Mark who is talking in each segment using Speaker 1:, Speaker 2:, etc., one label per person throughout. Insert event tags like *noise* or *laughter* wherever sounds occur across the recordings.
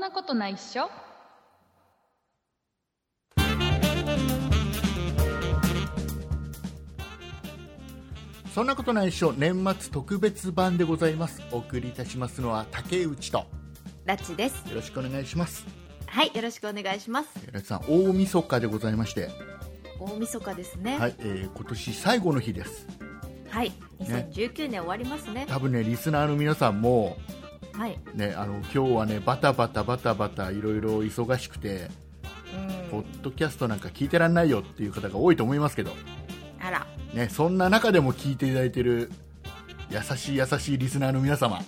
Speaker 1: なことないっしょ
Speaker 2: そんなことないっしょ年末特別版でございますお送りいたしますのは竹内とよ
Speaker 3: ラッチです。
Speaker 2: ろしくお願いします
Speaker 3: はい、よろしくお願いします。
Speaker 2: 皆さん大晦日でございまして
Speaker 3: 大晦日ですね。は、
Speaker 2: はいい、えー今年最後の日です
Speaker 3: 2019年終わりますね。
Speaker 2: 多分ねリスナーの皆さんも
Speaker 3: はい、
Speaker 2: ねあの今日はねバタバタバタバタいろいろ忙しくて
Speaker 3: う
Speaker 2: ポッ
Speaker 3: ん、
Speaker 2: ドキャストなんか聞いてらんないよっていう方が多いと思いますけど
Speaker 3: あら、
Speaker 2: ねそんな中でも聞いていただいてる優しい優しいリスナーの皆様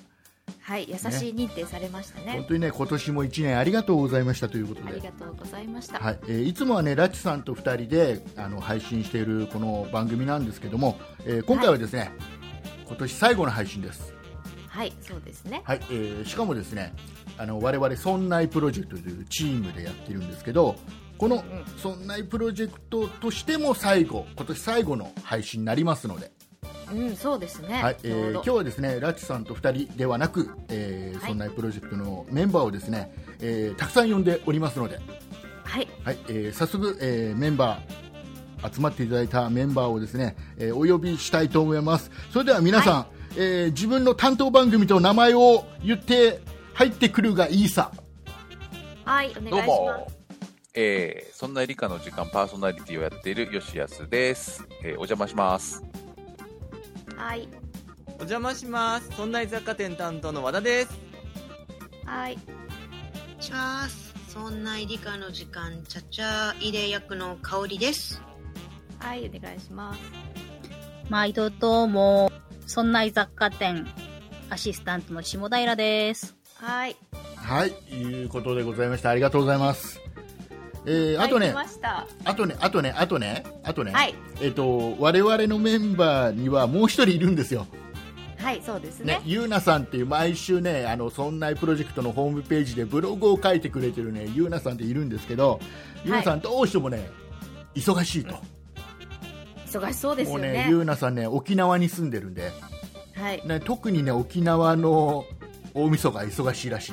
Speaker 3: はい、優しい認定されましたね。
Speaker 2: 本当にね今年も1年ありがとうございましたということ
Speaker 3: あり
Speaker 2: で
Speaker 3: がとうございました。
Speaker 2: はいえーいつもはねラチさんと2人であの配信しているこの番組なんですけども、えー今回はですね、今年最後の配信です、
Speaker 3: はい、そうですね。
Speaker 2: はいえーしかもですねあの我々「そんないプロジェクト」というチームでやってるんですけどこの
Speaker 3: ん
Speaker 2: 「そんないプロジェクト」としても最後今年最後の配信になりますので、
Speaker 3: うん、そうですね。
Speaker 2: はいえ
Speaker 3: ちょ
Speaker 2: ー
Speaker 3: うど
Speaker 2: 今日はですねラチさんと2人ではなく「えー
Speaker 3: はい
Speaker 2: そんないプロジェクト」のメンバーをですね、えーたくさん呼んでおりますので
Speaker 3: はい、
Speaker 2: はい、えー早速、えーメンバー集まっていただいたメンバーをですね、えーお呼びしたいと思いますそれでは皆さん、えー自分の担当番組と名前を言って入ってくるがいいさ
Speaker 3: はい、お願いし
Speaker 4: どう
Speaker 3: ま
Speaker 4: も、えー、そんな理科の時間パーソナリティをやっている吉安です。えー、お邪魔します。
Speaker 3: す。はい、
Speaker 5: お邪魔します。そんな雑貨店担当の和田です。
Speaker 3: はい、
Speaker 6: チャースそんな理科の時間チャチャー入れ役の香りです
Speaker 3: はい、お願いします。
Speaker 7: 毎度どうも、そんな雑貨店、アシスタントの下平です。
Speaker 3: はい、
Speaker 2: はいいうことでございましたありがとうございます、えーあと
Speaker 3: はい
Speaker 2: ね
Speaker 3: 来ました。
Speaker 2: あとねあとねあとねあとね、
Speaker 3: はい、
Speaker 2: えっ、と我々のメンバーにはもう一人いるんですよ
Speaker 3: はい、そうです
Speaker 2: ね
Speaker 3: ね。
Speaker 2: ゆうなさんっていう毎週ねあのそんないプロジェクトのホームページでブログを書いてくれてるねゆうなさんっているんですけど、ゆうなさんどうしてもね忙しいと、
Speaker 3: 忙しそうです
Speaker 2: も
Speaker 3: よ
Speaker 2: う
Speaker 3: ね。
Speaker 2: ゆうなさんね沖縄に住んでるんで、
Speaker 3: はい、
Speaker 2: ね、特にね沖縄の大晦日が忙しいらしい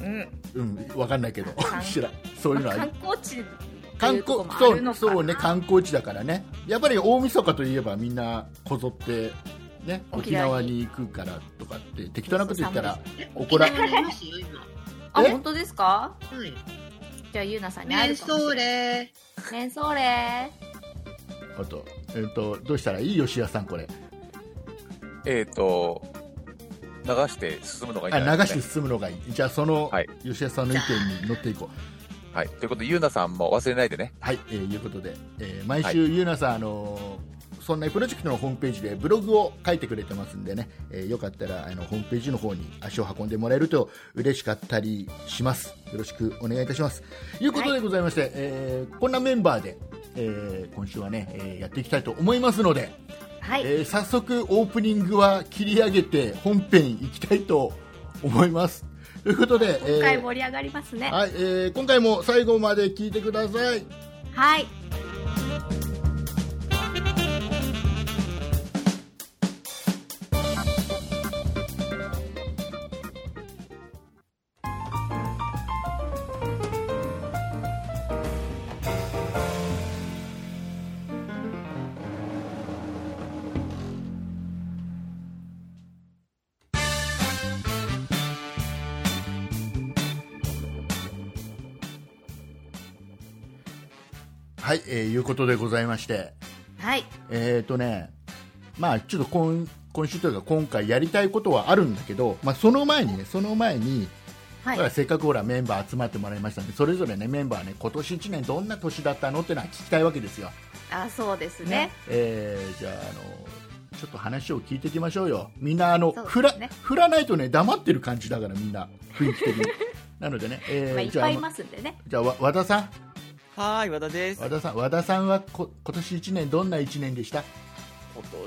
Speaker 3: うん、
Speaker 2: うんわかんないけど
Speaker 3: 観
Speaker 2: *laughs* 知らんそういうの
Speaker 3: まあ
Speaker 2: は
Speaker 3: 観光地
Speaker 2: 観
Speaker 3: とい
Speaker 2: 光
Speaker 3: うとこもあ
Speaker 2: そ
Speaker 3: るの
Speaker 2: う
Speaker 3: か
Speaker 2: そうね観光地だからねやっぱり大晦日といえばみんなこぞってね沖
Speaker 3: 沖
Speaker 2: 縄
Speaker 3: 縄
Speaker 2: に
Speaker 3: に
Speaker 2: 行くからとかって適当なこと言ったら怒
Speaker 6: 沖
Speaker 2: ら
Speaker 6: 縄にいますよ今
Speaker 3: あ、
Speaker 2: え
Speaker 3: 本当ですか？
Speaker 6: はい
Speaker 3: じゃあゆうなさんに会え
Speaker 6: メ
Speaker 3: る
Speaker 6: ン
Speaker 3: か
Speaker 6: ソ
Speaker 3: もし
Speaker 6: ー
Speaker 3: れない。
Speaker 6: レ
Speaker 3: メンソーレ。
Speaker 2: あと、えっと、どうしたらいい吉谷さん、これ。
Speaker 4: えっ、ー、と、流して進むのがいい
Speaker 2: あ、
Speaker 4: ん
Speaker 2: 流
Speaker 4: じゃないです
Speaker 2: して
Speaker 4: か、ね。
Speaker 2: 進むのがいい。じゃあ、その
Speaker 4: はい、
Speaker 2: 吉谷さんの意見に乗っていこう。
Speaker 4: はい。ということで、ゆうなさんも忘れないでね。
Speaker 2: はい、えーいうことで、えー毎週、ゆうなさん、あのーそんなプロジェクトのホームページでブログを書いてくれてますんでね、えーよかったら、あの、ホームページの方に足を運んでもらえると嬉しかったりします。よろしくお願いいたします。いうことでございまして、えーこんなメンバーで、えー今週はね、えーやっていきたいと思いますので、
Speaker 3: はい。
Speaker 2: えー早速オープニングは切り上げて本編行きたいと思いますということで、えー
Speaker 3: 今回盛り上がりますね。
Speaker 2: はいえー今回も最後まで聞いてください
Speaker 3: はい。
Speaker 2: はい、えーいうことでございまして
Speaker 3: はい。
Speaker 2: えっ、とねまあちょっと今今週というか今回やりたいことはあるんだけど、まあ、その前にねその前に、
Speaker 3: はい。
Speaker 2: ほらせっかくほらメンバー集まってもらいましたんでそれぞれねメンバーね今年1年どんな年だったのってのは聞きたいわけですよ
Speaker 3: あ、そうですね。
Speaker 2: えーじゃああのちょっと話を聞いていきましょうよみんなあの、
Speaker 3: そう
Speaker 2: 振ら
Speaker 3: ですね
Speaker 2: 振らないとね黙ってる感じだからみんな雰囲気的に *laughs* なのでね、えー
Speaker 3: まあ、いっ
Speaker 2: じゃあ
Speaker 3: ぱいいますんでね。
Speaker 2: じゃあわ和田さん
Speaker 5: はーい、和田です。
Speaker 2: 和
Speaker 5: 今
Speaker 2: 田さん和田さんはこ今年1年どんな1年でした、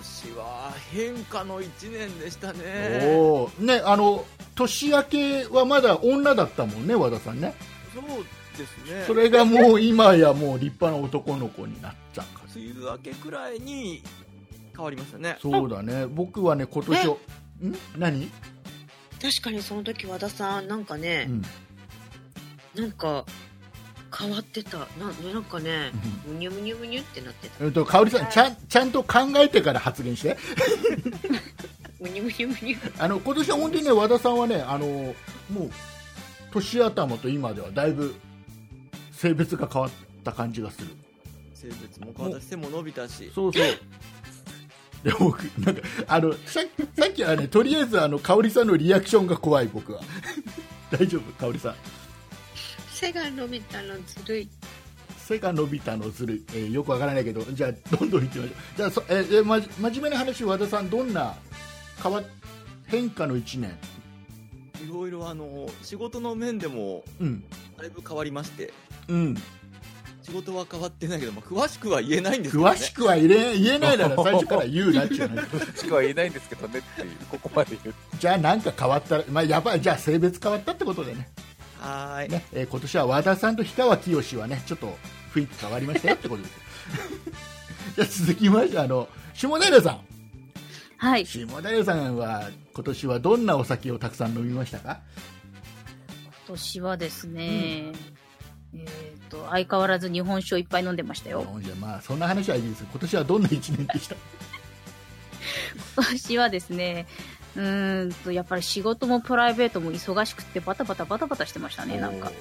Speaker 5: 年は変化の一年でしたね。
Speaker 2: おおーねあの年明けはまだ女だったもんね和田さんね
Speaker 5: そうですね。
Speaker 2: それがもう今やもう立派な男の子になっちゃうから
Speaker 5: 梅雨明けくらいに変わりましたね。
Speaker 2: そうだね僕はね今年をん何、
Speaker 6: 確かにその時和田さんなんかね、
Speaker 2: うん、
Speaker 6: なんか変わってたななんかねむにゅむにゅむにゅってなってた
Speaker 2: うんと香織さんちゃんちゃんと考えてから発言して
Speaker 6: むにゅむにゅむにゅ
Speaker 2: あの今年は本当にね和田さんはねあのもう年頭と今ではだいぶ性別が変わった感じがする
Speaker 5: 性別も変わったし背も伸びたし
Speaker 2: そうそう *laughs* で僕なんかあのささっきはねとりあえずあの香織さんのリアクションが怖い僕は *laughs* 大丈夫香織さん
Speaker 6: 背が伸びたのずるい
Speaker 2: 背が伸びたのずるい、えーよくわからないけどじゃあどんどんいってみましょうじゃあそ、えーえーまじ真面目な話和田さんどんな変わ変化の1年
Speaker 5: いろいろあの仕事の面でも
Speaker 2: うん
Speaker 5: だいぶ変わりまして
Speaker 2: うん
Speaker 5: 仕事は変わってないけど、まあ、詳しくは言えないんですけど、ね、
Speaker 2: 詳しくは言え言えない
Speaker 5: *laughs*
Speaker 2: なら最初から言うなっちゃう話
Speaker 4: しかは言えないんですけどねっていう
Speaker 2: *laughs*
Speaker 4: ここまで言う
Speaker 2: じゃあなんか変わったら、まあ、やばいじゃあ性別変わったってことでね
Speaker 5: はーい
Speaker 2: ね、えー今年は和田さんと氷川きよしはねちょっと雰囲気変わりましたよってことです *laughs* じゃあ続きましてあの下平さん
Speaker 3: はい。
Speaker 2: 下平さんは今年はどんなお酒をたくさん飲みましたか
Speaker 7: 今年はですね、えっ、と、相変わらず日本酒をいっぱい飲んでましたよ。
Speaker 2: じゃあまあそんな話はいいです今年はどんな1年でした
Speaker 7: 今年はですね、うーんと、やっぱり仕事もプライベートも忙しくってバタバタバタバタしてましたね、なんか。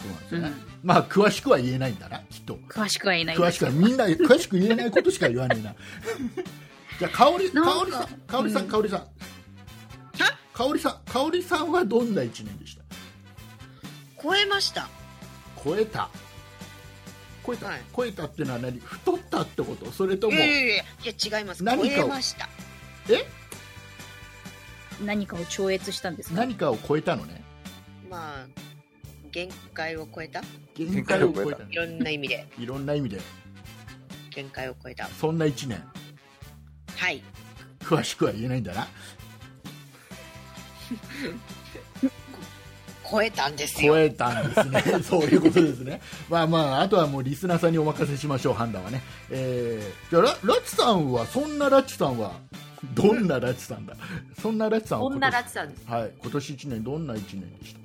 Speaker 2: そうなんですよね、まあ詳しくは言えないんだなきっと
Speaker 7: 詳しくは言えないん
Speaker 2: 詳
Speaker 7: で
Speaker 2: し
Speaker 7: す
Speaker 2: く
Speaker 7: け
Speaker 2: は
Speaker 7: ど
Speaker 2: みんな詳しく言えないことしか言わねえ
Speaker 7: *laughs*
Speaker 2: なじゃあ香織
Speaker 7: な
Speaker 2: 香
Speaker 7: ん
Speaker 2: 織さん
Speaker 7: か
Speaker 2: 香織さん
Speaker 7: うん
Speaker 2: 香織さん香織さん香織さんはどんな1年でした
Speaker 6: 超えました
Speaker 2: 超えた超えた、
Speaker 6: はい
Speaker 2: 超えたってのは何太ったってことそれと
Speaker 6: い
Speaker 2: も、
Speaker 6: やいやいやいや違います超
Speaker 2: 何かを
Speaker 6: えました
Speaker 7: 何かを超越したんですか
Speaker 2: 何かを超えたのね
Speaker 6: まあ限界を超えた
Speaker 2: 限界を超えた
Speaker 6: いろんな意味で
Speaker 2: いろんな意味で
Speaker 6: 限界を超えた
Speaker 2: そんな1年
Speaker 6: はい
Speaker 2: 詳しくは言えないんだな
Speaker 6: 超えたんですよ
Speaker 2: 超えたんですね *laughs* そういうことですねまあまああとはもうリスナーさんにお任せしましょう判断はねえー、じゃあララチさんはそんなラチさんはどんなラチさん
Speaker 3: *laughs*
Speaker 2: だそんなラチさんは今
Speaker 3: 女
Speaker 2: 年
Speaker 3: ラチさんです。
Speaker 2: はい今年1年どんな1年でした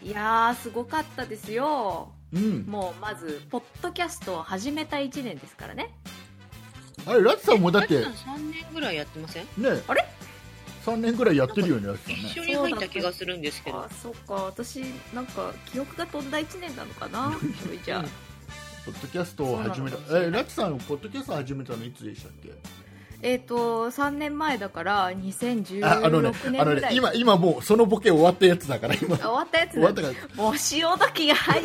Speaker 3: いやー、すごかったですよ。
Speaker 2: うん
Speaker 3: もう、まず、ポッドキャストを始めた1年ですからね。
Speaker 2: あれラチさんもだって
Speaker 6: ラッツさん3年ぐらいやってません
Speaker 2: ね
Speaker 3: あれ
Speaker 2: 3年ぐらいやってるよねラチさんね
Speaker 6: 一緒に入った気がするんですけど
Speaker 3: あ、そっか。私、なんか、記憶が飛んだ1年なのか
Speaker 2: *laughs*
Speaker 3: なそれじゃあ。
Speaker 2: ポッドキャストを始めた
Speaker 3: そうなのかもしれない
Speaker 2: えラチさんポッドキャスト始めたのいつでしたっけ
Speaker 3: えっ、と、3年前だから、
Speaker 2: ああのね
Speaker 3: 2016年
Speaker 2: あの
Speaker 3: ぐ
Speaker 2: ね
Speaker 3: らい。
Speaker 2: 今今もうそのボケ終わったやつだから今
Speaker 3: あ終わったやつ
Speaker 2: 終わ
Speaker 3: だ
Speaker 2: ったから
Speaker 3: もう潮時が早い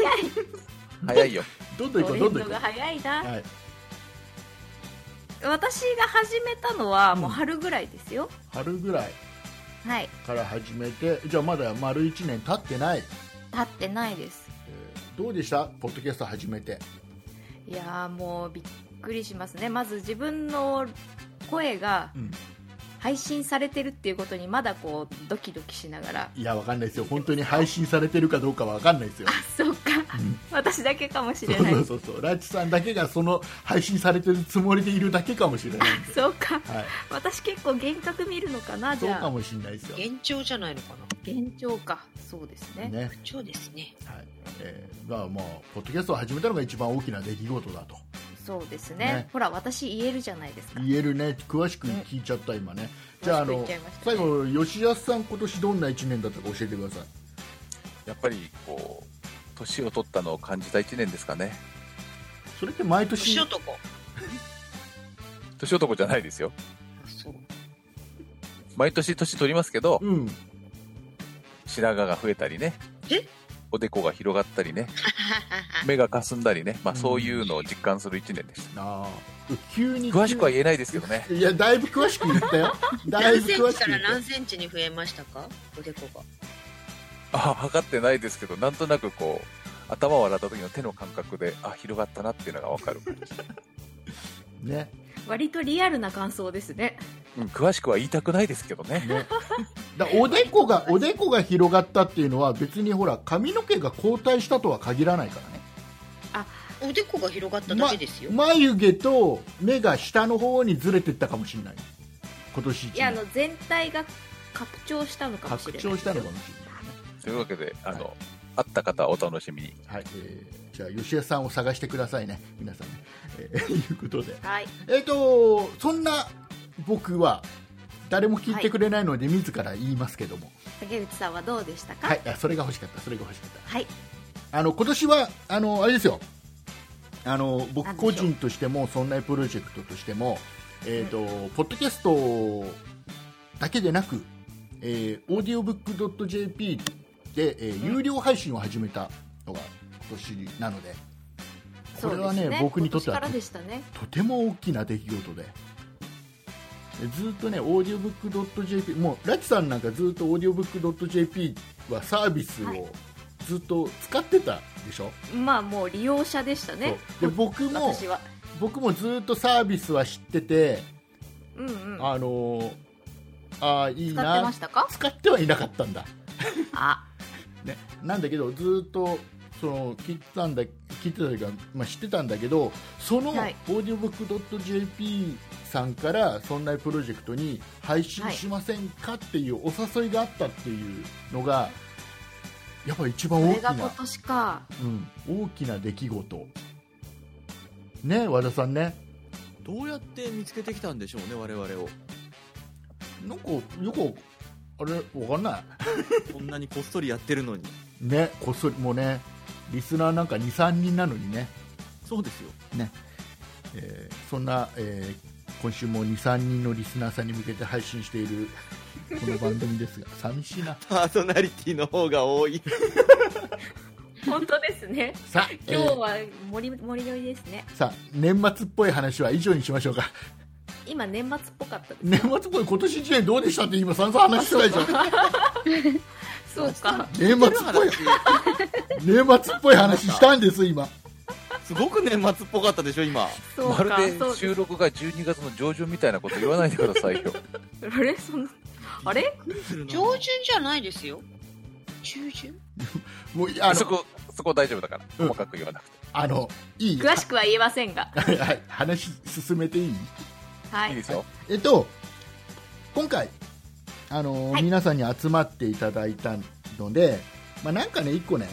Speaker 4: 早いよ
Speaker 2: どんどん行こ
Speaker 3: ト
Speaker 2: うど
Speaker 3: レン
Speaker 2: んどん
Speaker 3: *laughs* ド
Speaker 2: 行こ
Speaker 3: が早いうな
Speaker 2: はい
Speaker 3: 私が始めたのはもう春ぐらいですよ、
Speaker 2: 春ぐらい
Speaker 3: はい
Speaker 2: から始めてじゃあまだ丸1年経ってない、
Speaker 3: 経ってないです
Speaker 2: えーどうでしたポッドキャスト始めて
Speaker 3: いやーもうびっくりしますねまず自分の声が
Speaker 2: うん
Speaker 3: 配信されてるっていうことにまだこうドキドキしながら
Speaker 2: いやわかんないですよ本当に配信されてるかどうかわかんないですよ
Speaker 3: あそっか、私だけかもし
Speaker 2: そう
Speaker 3: れ *laughs* ない
Speaker 2: そうそうそうラチさんだけがその配信されてるつもりでいるだけかもしれないんで
Speaker 3: そうか
Speaker 2: はい、
Speaker 3: 私結構幻覚見るのかなじ
Speaker 2: そう
Speaker 3: ゃ
Speaker 2: か
Speaker 3: あ
Speaker 2: もしれないですよ
Speaker 6: 幻聴じゃないのかな
Speaker 3: 幻聴かそうですね
Speaker 2: ね
Speaker 6: そうですね。
Speaker 2: はいえーまあまあポッドキャストを始めたのが一番大きな出来事だと
Speaker 3: そうですね
Speaker 2: ね
Speaker 3: ほら私言えるじゃないですか
Speaker 2: 言えるね詳しく聞いちゃった今ねじゃああ
Speaker 3: 詳し
Speaker 2: の
Speaker 3: く言っちゃいました
Speaker 2: 最
Speaker 3: ね
Speaker 2: 後吉安さん今年どんな1年だったか教えてください
Speaker 4: やっぱりこう年を取ったのを感じた1年ですかね
Speaker 2: それって毎年
Speaker 6: 年男。あ、
Speaker 4: 年男じゃないですよ
Speaker 6: そう。
Speaker 4: 毎年年取りますけど
Speaker 2: うん
Speaker 4: 白髪が増えたりね
Speaker 6: え
Speaker 4: おでこが広がったりね目がかすんだりね、まあ、そういうのを実感する1年でし
Speaker 2: ああ急に
Speaker 4: た詳しくは言えないですけどね
Speaker 2: いやだいぶ詳しく言ったよだい
Speaker 6: *laughs* *laughs* 何
Speaker 2: ぶ
Speaker 6: セン
Speaker 2: 詳
Speaker 6: チ
Speaker 2: しく
Speaker 6: から
Speaker 2: 言っ
Speaker 6: 何センチに増えましたかおでこが。
Speaker 4: あ測ってないですけどなんとなくこう頭を洗った時の手の感覚であ広がったなっていうのが分かる、
Speaker 2: たね
Speaker 3: 割とリアルな感想ですね
Speaker 4: うん、詳しくは言いたくないですけどね
Speaker 2: ねだおでこがおでこが広がったっていうのは別にほら髪の毛が後退したとは限らないからね
Speaker 6: おでこが広がっただけですよ。
Speaker 2: 眉毛と目が下の方にずれてったかもしれない今年1
Speaker 3: いやあ
Speaker 2: 年
Speaker 3: の全体が拡張したのかもしれ
Speaker 2: 拡
Speaker 3: な
Speaker 2: 張
Speaker 3: い
Speaker 2: したのかもしれないね
Speaker 4: というわけであの、あった方はお楽しみに。
Speaker 2: はいえー、じゃあ吉江さんを探してくださいね皆さんね、えー *laughs* いうことで
Speaker 3: はい。
Speaker 2: えー、とそんな僕は誰も聞いてくれないので自ら言いますけども、
Speaker 3: 竹内さんはどうでしたか
Speaker 2: はいあそれが欲しかったそれが欲しかっ
Speaker 3: はい。
Speaker 2: たあの今年はあのあれですよあの僕
Speaker 3: なんで
Speaker 2: 個
Speaker 3: しょう
Speaker 2: 人としてもそんなプロジェクトとしても、えーとポッドキャストだけでなく、えー、audiobook.jp で、えー
Speaker 3: うん
Speaker 2: 有料配信を始めたのが今年なのでこれはね
Speaker 3: そうです
Speaker 2: 僕にとっては
Speaker 3: 今年からでしたね。
Speaker 2: とても大きな出来事でずっとねオーディオブック .jp もうラチさんなんかずっとオーディオブック .jp はサービス
Speaker 3: はい
Speaker 2: をずっと使ってたでしょ、
Speaker 3: まあもう利用者でしたね。
Speaker 2: そうで僕も
Speaker 3: 私は。
Speaker 2: 僕もずっとサービスは知ってて
Speaker 3: うんうん。
Speaker 2: あのーあーいい
Speaker 3: 使ってま
Speaker 2: な
Speaker 3: したか？
Speaker 2: 使ってはいなかったんだ、
Speaker 3: あ、
Speaker 2: ね、なんだけどずっとその聞いてたんだ聞いてたというか、まあ、知ってたんだけどそのオ
Speaker 3: は
Speaker 2: ー
Speaker 3: い
Speaker 2: ディオブックドット JP さんから「そんなプロジェクト」に配信しませんかっていうお誘いがあったっていうのがやっぱ一番
Speaker 3: こ
Speaker 2: 大
Speaker 3: れ
Speaker 2: き
Speaker 3: が今
Speaker 2: な、
Speaker 3: 年か。
Speaker 2: うん、大きな出来事ね和田さんね
Speaker 5: どうやって見つけてきたんでしょうね、我々を。
Speaker 2: なんかよくあれわかんない
Speaker 5: こんなにこっそりやってるのに。
Speaker 2: ねこっそりもうねリスナーなんか23人なのにね
Speaker 5: そうですよ。
Speaker 2: えーそんな、えー今週も23人のリスナーさんに向けて配信しているこの番組ですが *laughs* 寂しいな
Speaker 5: パーソナリティの方が多い。
Speaker 3: 本当ですね。
Speaker 2: さあ,えー、
Speaker 3: 今日は盛り盛り上がりですね。
Speaker 2: さあ年末っぽい話は以上にしましょうか *laughs*
Speaker 3: 今年末っぽかったです。
Speaker 2: 年末っぽい今年1年どうでしたって今散々話してないじゃん
Speaker 3: *laughs* そうか。
Speaker 2: 年末っぽい年末っぽい話したんです今
Speaker 5: すごく年末っぽかったでし
Speaker 2: *laughs*
Speaker 5: ょ、今。
Speaker 3: そう
Speaker 4: ま
Speaker 3: か。
Speaker 4: る
Speaker 3: そう
Speaker 4: で
Speaker 3: です
Speaker 4: 収録が12月の上旬みたいなこと言わないでくださいよ。
Speaker 3: あれそんなあれ？
Speaker 6: 上旬じゃないですよ。中旬
Speaker 2: もういやあ
Speaker 4: そ
Speaker 2: の
Speaker 4: こ、そこ大丈夫だから。
Speaker 2: うん
Speaker 4: 細かく言わなくて。
Speaker 2: あのいい *laughs*
Speaker 3: 詳しくは言えませんが。
Speaker 2: はいはい話進めていい
Speaker 3: はい
Speaker 4: い
Speaker 3: い
Speaker 4: で。すよ。
Speaker 2: えっと今回あのー
Speaker 3: はい
Speaker 2: 皆さんに集まっていただいたので、まあ、なんかね一個ね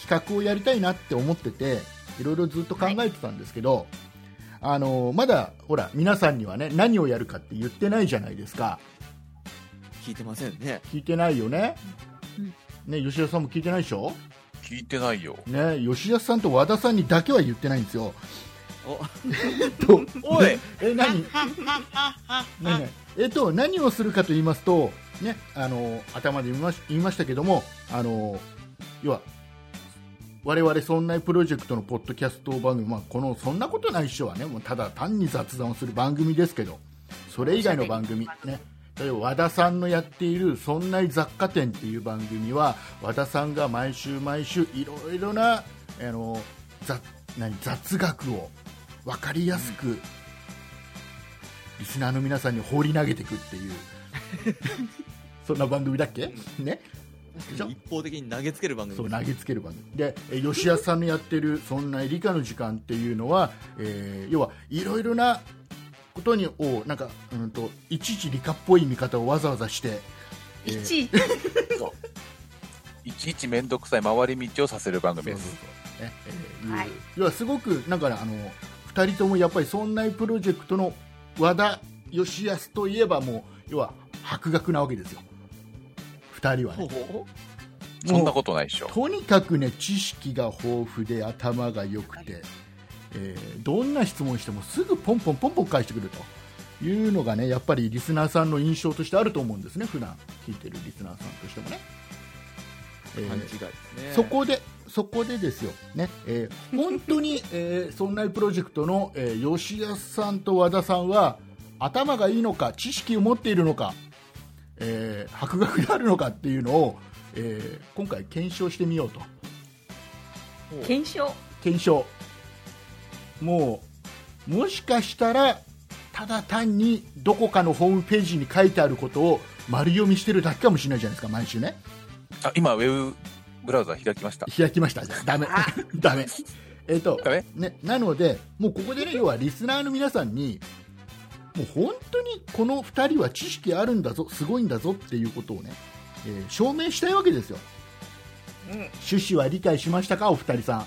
Speaker 2: 企画をやりたいなって思ってていろいろずっと考えてたんですけど、あのーまだほら皆さんにはね何をやるかって言ってないじゃないですか
Speaker 5: 聞いてませんね。
Speaker 2: 聞いてないよね
Speaker 7: うん。
Speaker 2: ね、吉田さんも聞いてないでしょ、
Speaker 4: 聞いてないよ。
Speaker 2: ね、吉田さんと和田さんにだけは言ってないんですよ。
Speaker 5: お、
Speaker 2: と
Speaker 5: おい
Speaker 2: え何ねねえっと、何をするかと言いますと、ね、あの頭で言いまし言いましたけどもあの要は我々そんなプロジェクトのポッドキャスト番組、まあ、このそんなことないっしょはねもうただ単に雑談をする番組ですけどそれ以外の番組ね例えば和田さんのやっている「そんな雑貨店」っていう番組は和田さんが毎週毎週いろいろなあの雑何雑学を分かりやすく、リスナーの皆さんに放り投げていくって *laughs* いうそんな番組だっけ、ねしょ
Speaker 5: *laughs* 一方的に投げつける番組。
Speaker 2: そう投げつける番組でえ吉安さんのやってる「そんな理科の時間」っていうのは、えー要はいろいろなことにをなんか、うん、といちいち理科っぽい見方をわざわざして、えー
Speaker 3: 一位
Speaker 4: いちいちめんどくさい回り道をさせる番組です。
Speaker 2: そうそうそうねえーいう
Speaker 3: はい
Speaker 2: 要はすごくなんかねあの2人ともやっぱりそんなプロジェクトの和田義康といえばもう要は博学なわけですよ2人は
Speaker 5: ほう
Speaker 2: ね
Speaker 5: ほ
Speaker 4: そんなことないでしょ。
Speaker 2: とにかくね知識が豊富で頭が良くて、えーどんな質問してもすぐポンポンポンポン返してくるというのがねやっぱりリスナーさんの印象としてあると思うんですね普段聞いてるリスナーさんとしてもね、え
Speaker 5: う
Speaker 2: ー
Speaker 5: 勘違いですね。
Speaker 2: そこでそこでですよね、えー本当に、えー、そんなプロジェクトの、えー吉安さんと和田さんは頭がいいのか知識を持っているのか、えー博学があるのかっていうのを、えー今回検証してみようと
Speaker 3: 検証。
Speaker 2: 検証もうもしかしたらただ単にどこかのホームページに書いてあることを丸読みしてるだけかもしれないじゃないですか毎週ね
Speaker 4: あ、今、ウェブブラウザ開きました。
Speaker 2: 開きましたダメ *laughs* ダメえっ、と
Speaker 4: ダメ
Speaker 2: ね、なので、もうここでね、要はリスナーの皆さんに、もう本当にこの2人は知識あるんだぞ、すごいんだぞっていうことをね、えー証明したいわけですよ。
Speaker 3: ううん
Speaker 2: 趣旨は理解しましたかお二人さん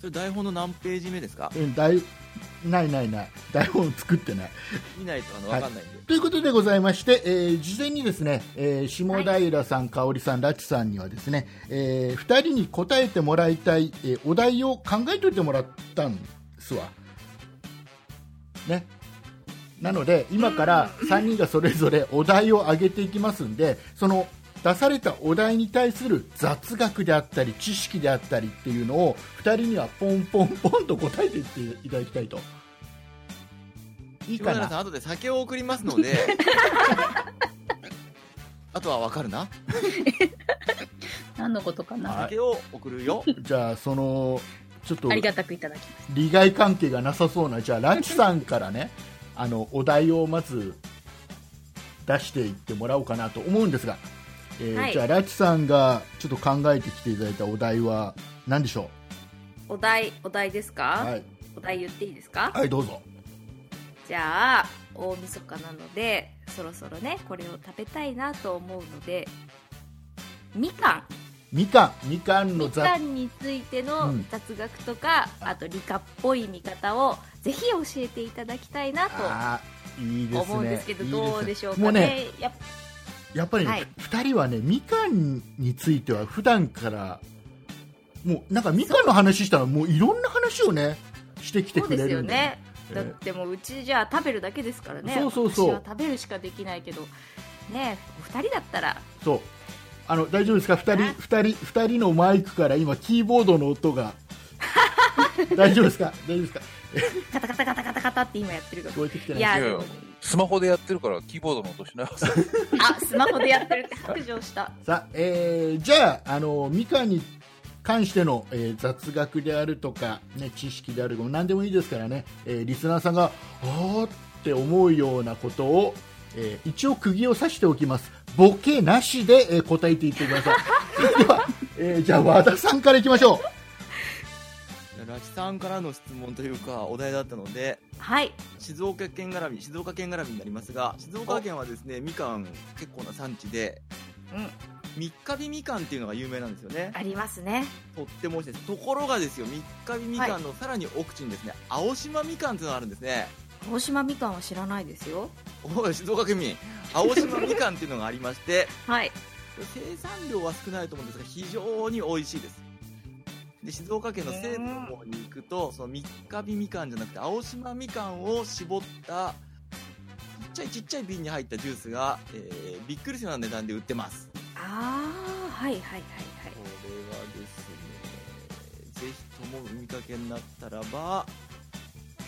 Speaker 5: それ台本の何ページ目ですか
Speaker 2: うんだいないないない台本作ってない
Speaker 5: 見ないとあの
Speaker 2: はい
Speaker 5: 分かんないんで、
Speaker 2: ということでございまして、えー事前にですね、えー下平さん、香織さん、拉致さんにはですね、え2人に答えてもらいたい、えーお題を考えといてもらったんですわ。ね。なので、今から3人がそれぞれお題を上げていきますんで、その出されたお題に対する雑学であったり、知識であったりっていうのを、2人にはポンポンポンと答えていっていただきたいと。いい
Speaker 5: 下
Speaker 2: か
Speaker 5: 平
Speaker 2: な
Speaker 5: さん後で酒を送ります
Speaker 2: *laughs*
Speaker 5: のであとは分かるな
Speaker 7: 何のことかな。
Speaker 2: はい
Speaker 5: 酒を送るよ
Speaker 2: じゃあそのちょっと
Speaker 7: ありがたくいただきます。
Speaker 2: 利害関係がなさそうなじゃあランチさんからね *laughs* あのお題をまず出していってもらおうかなと思うんですが、えー
Speaker 3: はい
Speaker 2: じゃあランチさんがちょっと考えてきていただいたお題は何でしょ
Speaker 3: お題お題です
Speaker 2: う
Speaker 3: か、
Speaker 2: はい、
Speaker 3: お題言っていいですか、
Speaker 2: はい、どうぞ
Speaker 3: じゃあ大晦日なのでそろそろねこれを食べたいなと思うのでみかん
Speaker 2: みかんみかんの
Speaker 3: み
Speaker 2: 雑
Speaker 3: かんについての
Speaker 2: うん
Speaker 3: 雑学とか、あと理科っぽい見方をぜひ教えていただきたいなと
Speaker 2: あーいいですね
Speaker 3: 思うんですけど
Speaker 2: いい
Speaker 3: どうでしょうかね
Speaker 2: もうね
Speaker 3: やっ
Speaker 2: やっぱり、ね
Speaker 3: はい
Speaker 2: 2人はねみかんについては普段からもうなんかみかんの話したらもういろんな話をねしてきて
Speaker 3: そう
Speaker 2: く
Speaker 3: で
Speaker 2: れ
Speaker 3: す
Speaker 2: る
Speaker 3: よ
Speaker 2: んでね
Speaker 3: ねだってもううちじゃあ食べるだけですからね
Speaker 2: そうそうそう
Speaker 3: 私は食べるしかできないけどねお二人だったら
Speaker 2: そうあの大丈夫ですか2
Speaker 3: ね
Speaker 2: 人二人二人のマイクから今キーボードの音
Speaker 3: *laughs*
Speaker 2: が大丈夫ですか大丈夫ですか
Speaker 3: カタカタカタカタカタって今やってるか
Speaker 2: 聞こえてきて
Speaker 3: ら
Speaker 2: ない
Speaker 3: いや
Speaker 4: いやいやスマホでやってるからキーボードの音しないはず
Speaker 3: あスマホでやってるって白状した
Speaker 2: さあ、えーじゃああのみかんに関しての、えー雑学であるとか、ね、知識であるとか何でもいいですからね、えーリスナーさんがあーって思うようなことを、えー一応釘を刺しておきますボケなしで、えー答えていってください *laughs* それでは、えーじゃあ和田さんからいきましょう
Speaker 5: ラチさんからの質問というかお題だったので
Speaker 3: はい
Speaker 5: 静岡県絡み静岡県絡みになりますが静岡県はですねみかん結構な産地で
Speaker 3: うん
Speaker 5: 三日日みかんっていうのが有名なんですよね
Speaker 3: ありますね
Speaker 5: とっても美味しいですところがですよ三日日みかんのさらに奥地にですね、青島みかんっていうのがあるんですね
Speaker 3: 大島みかんは知らないですよ
Speaker 5: おい静岡県民青島みかんっていうのがありまして
Speaker 3: はい
Speaker 5: 生産量は少ないと思うんですが非常に美味しいですで静岡県の西部の方に行くとその三日日みかんじゃなくて青島みかんを絞ったちっちゃいちっちゃい瓶に入ったジュースが、えーびっくりするような値段で売ってますこ
Speaker 3: ああはいはいはいはい
Speaker 5: れはですねぜひとも見かけになったらば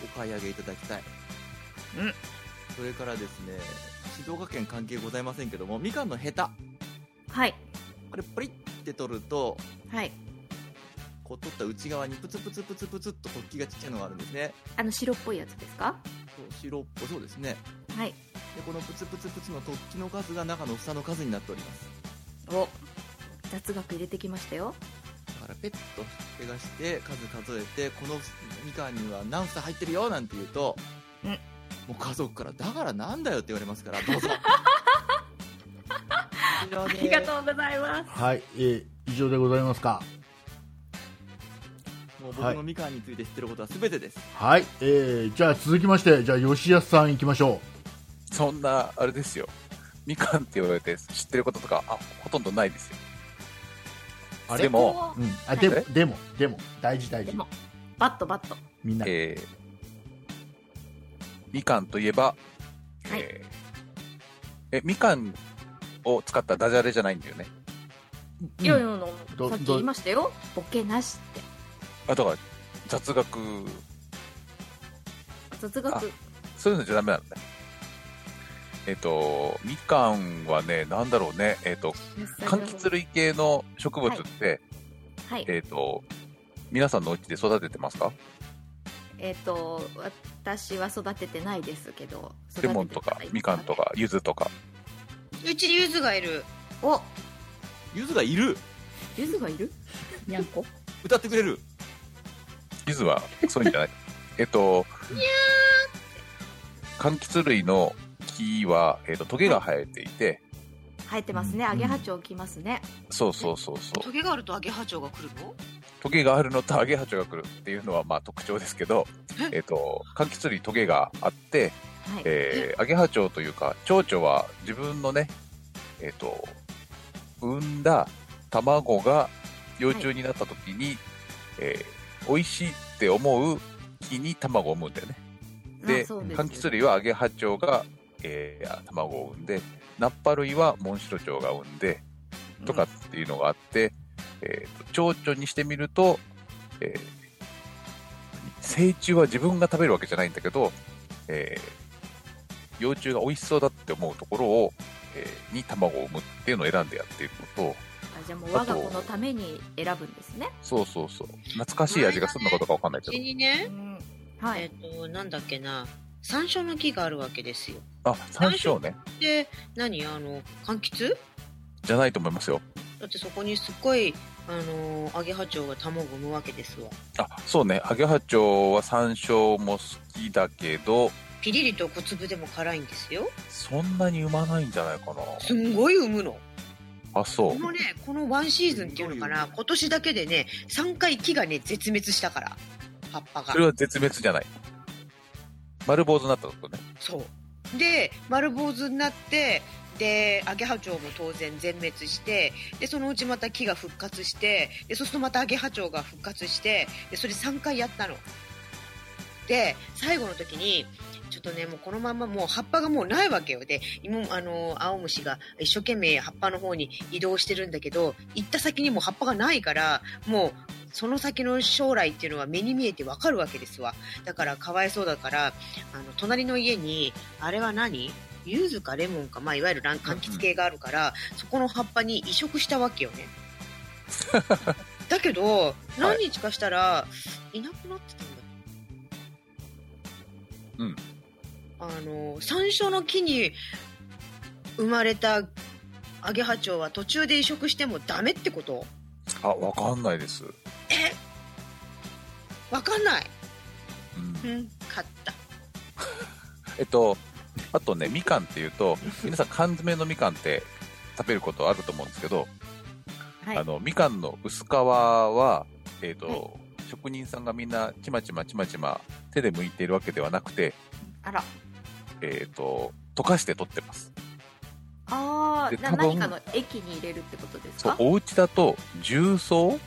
Speaker 5: お買い上げいただきたい
Speaker 3: うん
Speaker 5: それからですね静岡県関係ございませんけどもみかんのヘタ
Speaker 3: はい
Speaker 5: これポリって取ると
Speaker 3: はい
Speaker 5: こう取った内側にプツプツプツプツっと突起がちっちゃいのがあるんですね
Speaker 3: あの白っぽいやつですか
Speaker 5: こう白っぽいそうですね
Speaker 3: はい
Speaker 5: でこのプツプツプツの突起の数が中の房の数になっております
Speaker 3: お雑学入れてきましたよ
Speaker 5: だからペッとひっぺがして数数えてこのみかんには何房入ってるよなんて言うと、
Speaker 3: うん
Speaker 5: もう家族から「だからなんだよ」って言われますからど
Speaker 3: *laughs*
Speaker 5: うぞあ
Speaker 3: ありがとうござい
Speaker 7: *laughs*
Speaker 3: ます
Speaker 2: はい、えー以上でございますか
Speaker 5: もう
Speaker 2: はい
Speaker 5: 僕のみかんについて知ってることは全てです、
Speaker 2: はい、えーじゃあ続きましてじゃあ吉安さん行きましょ
Speaker 4: そんなあれですよみかんって言われて知ってることとかあほとんどないですよ
Speaker 2: あれ
Speaker 4: でも
Speaker 2: う、うん、あでも
Speaker 4: はい
Speaker 2: でもでも大事大
Speaker 3: で
Speaker 2: 事
Speaker 3: もバットバット
Speaker 2: みんな、
Speaker 4: えーみかんといえば、
Speaker 3: はい
Speaker 4: えーえみかんを使ったダジャレじゃないんだよね
Speaker 3: いやいやいや
Speaker 2: ど
Speaker 3: さっき
Speaker 2: ど
Speaker 3: 言いましたよボケなしって
Speaker 4: あとは雑学
Speaker 3: 雑
Speaker 4: あ
Speaker 3: 学
Speaker 4: そういうのじゃダメなんだねえっ、とみかんはねなんだろうねえっ、と柑橘類系の植物って、
Speaker 3: はい
Speaker 4: えっ、と皆さんのお家で育ててますか
Speaker 3: えっ、と私は育ててないですけど
Speaker 4: レモンとかみかんと
Speaker 3: か
Speaker 4: か柚子とか
Speaker 6: うちにゆずがいる
Speaker 3: お
Speaker 5: ゆずがいる
Speaker 3: ゆずがいる
Speaker 7: にゃんこ。
Speaker 5: 歌ってくれる
Speaker 4: 柚子はそういうんじゃない *laughs* えっと柑橘類の木は、えっとトゲが生えていて、
Speaker 3: 生えてますねアゲハチョウ来ますね、
Speaker 4: そうそうそうそう
Speaker 6: トゲがあるとアゲハチョウが来るの
Speaker 4: トゲがあるのとアゲハチョウが来るっていうのはまあ特徴ですけどえっ、と柑橘類トゲがあって
Speaker 3: はい
Speaker 4: えーアゲハチョウというか、蝶々は自分のね、えっ、と、産んだ卵が幼虫になった時に、えー美味しいって思う木に卵を産むんだよね。で
Speaker 3: あそう
Speaker 4: 柑橘類はアゲハチョウが、えー卵を産んで、ナッパ類はモンシロチョウが産んで、とかっていうのがあって、えーと蝶々にしてみると、えー成虫は自分が食べるわけじゃないんだけど、えー幼虫が美味しそうだって思うところを、えーに卵を産むっていうのを選んでやっているのと、
Speaker 3: あじゃあもう我が子のために選ぶんですね、
Speaker 4: そうそうそう、懐かしい味がするのかどうかわかんないうけ
Speaker 6: ち
Speaker 4: ど、
Speaker 6: に
Speaker 3: う
Speaker 6: ね、
Speaker 3: ん、は
Speaker 6: えっ
Speaker 3: い
Speaker 6: となんだっけな山椒の木があるわけですよ
Speaker 4: あ、山椒ね、
Speaker 6: で何あの柑橘
Speaker 4: じゃないと思いますよ。
Speaker 6: だってそこにすっごいあのアゲハチョウが卵を産むわけですわ
Speaker 4: あ、そうね、アゲハチョウは山椒も好きだけど、
Speaker 6: ピリリと小粒でも辛いんですよ
Speaker 4: そんなに産まないんじゃないか
Speaker 6: すんごい産むの
Speaker 4: な。あ、そう
Speaker 6: こ。のねこのワンシーズンっていうのかな今年だけでね3回木がね絶滅したから葉っぱが
Speaker 4: それは絶滅じゃない。丸坊主になったことね。
Speaker 6: そうで丸坊主になってでアゲハチョウも当然全滅してでそのうちまた木が復活してでそうするとまたアゲハチョウが復活してでそれ3回やったので最後の時にちょっとねもうこのまんまもう葉っぱがもうないわけよで今あの青虫が一生懸命葉っぱの方に移動してるんだけど行った先にもう葉っぱがないからもうその先の将来っていうのは目に見えてわかるわけですわだからかわいそうだからあの隣の家にあれは何柚子かレモンか、まあ、いわゆるラン柑橘系があるから、そこの葉っぱに移植したわけよ
Speaker 4: *laughs*
Speaker 6: ねだけど何日かしたら、い、なくなってたんだ
Speaker 4: うん
Speaker 6: あの山椒の木に生まれたアゲハチョウは途中で移植してもダメってこと
Speaker 4: あ、わかんないです。
Speaker 6: わかんない
Speaker 4: うん
Speaker 6: うん買った
Speaker 4: えっと、あとね、みかんってい
Speaker 3: *laughs*
Speaker 4: うと、皆さん缶詰のみかんって食べることあると思うんですけど、
Speaker 3: はい
Speaker 4: あの、みかんの薄皮は、えっ、と、
Speaker 3: は
Speaker 4: 職人さんがみんなちまちまちまちま手で剥いているわけではなくて、
Speaker 3: あら
Speaker 4: えっ、と、溶かして取ってます。
Speaker 3: あ
Speaker 4: で
Speaker 3: ーな
Speaker 4: 多分
Speaker 3: 何かの液に入れるってことです
Speaker 4: そ
Speaker 3: か、
Speaker 4: うお家だと重曹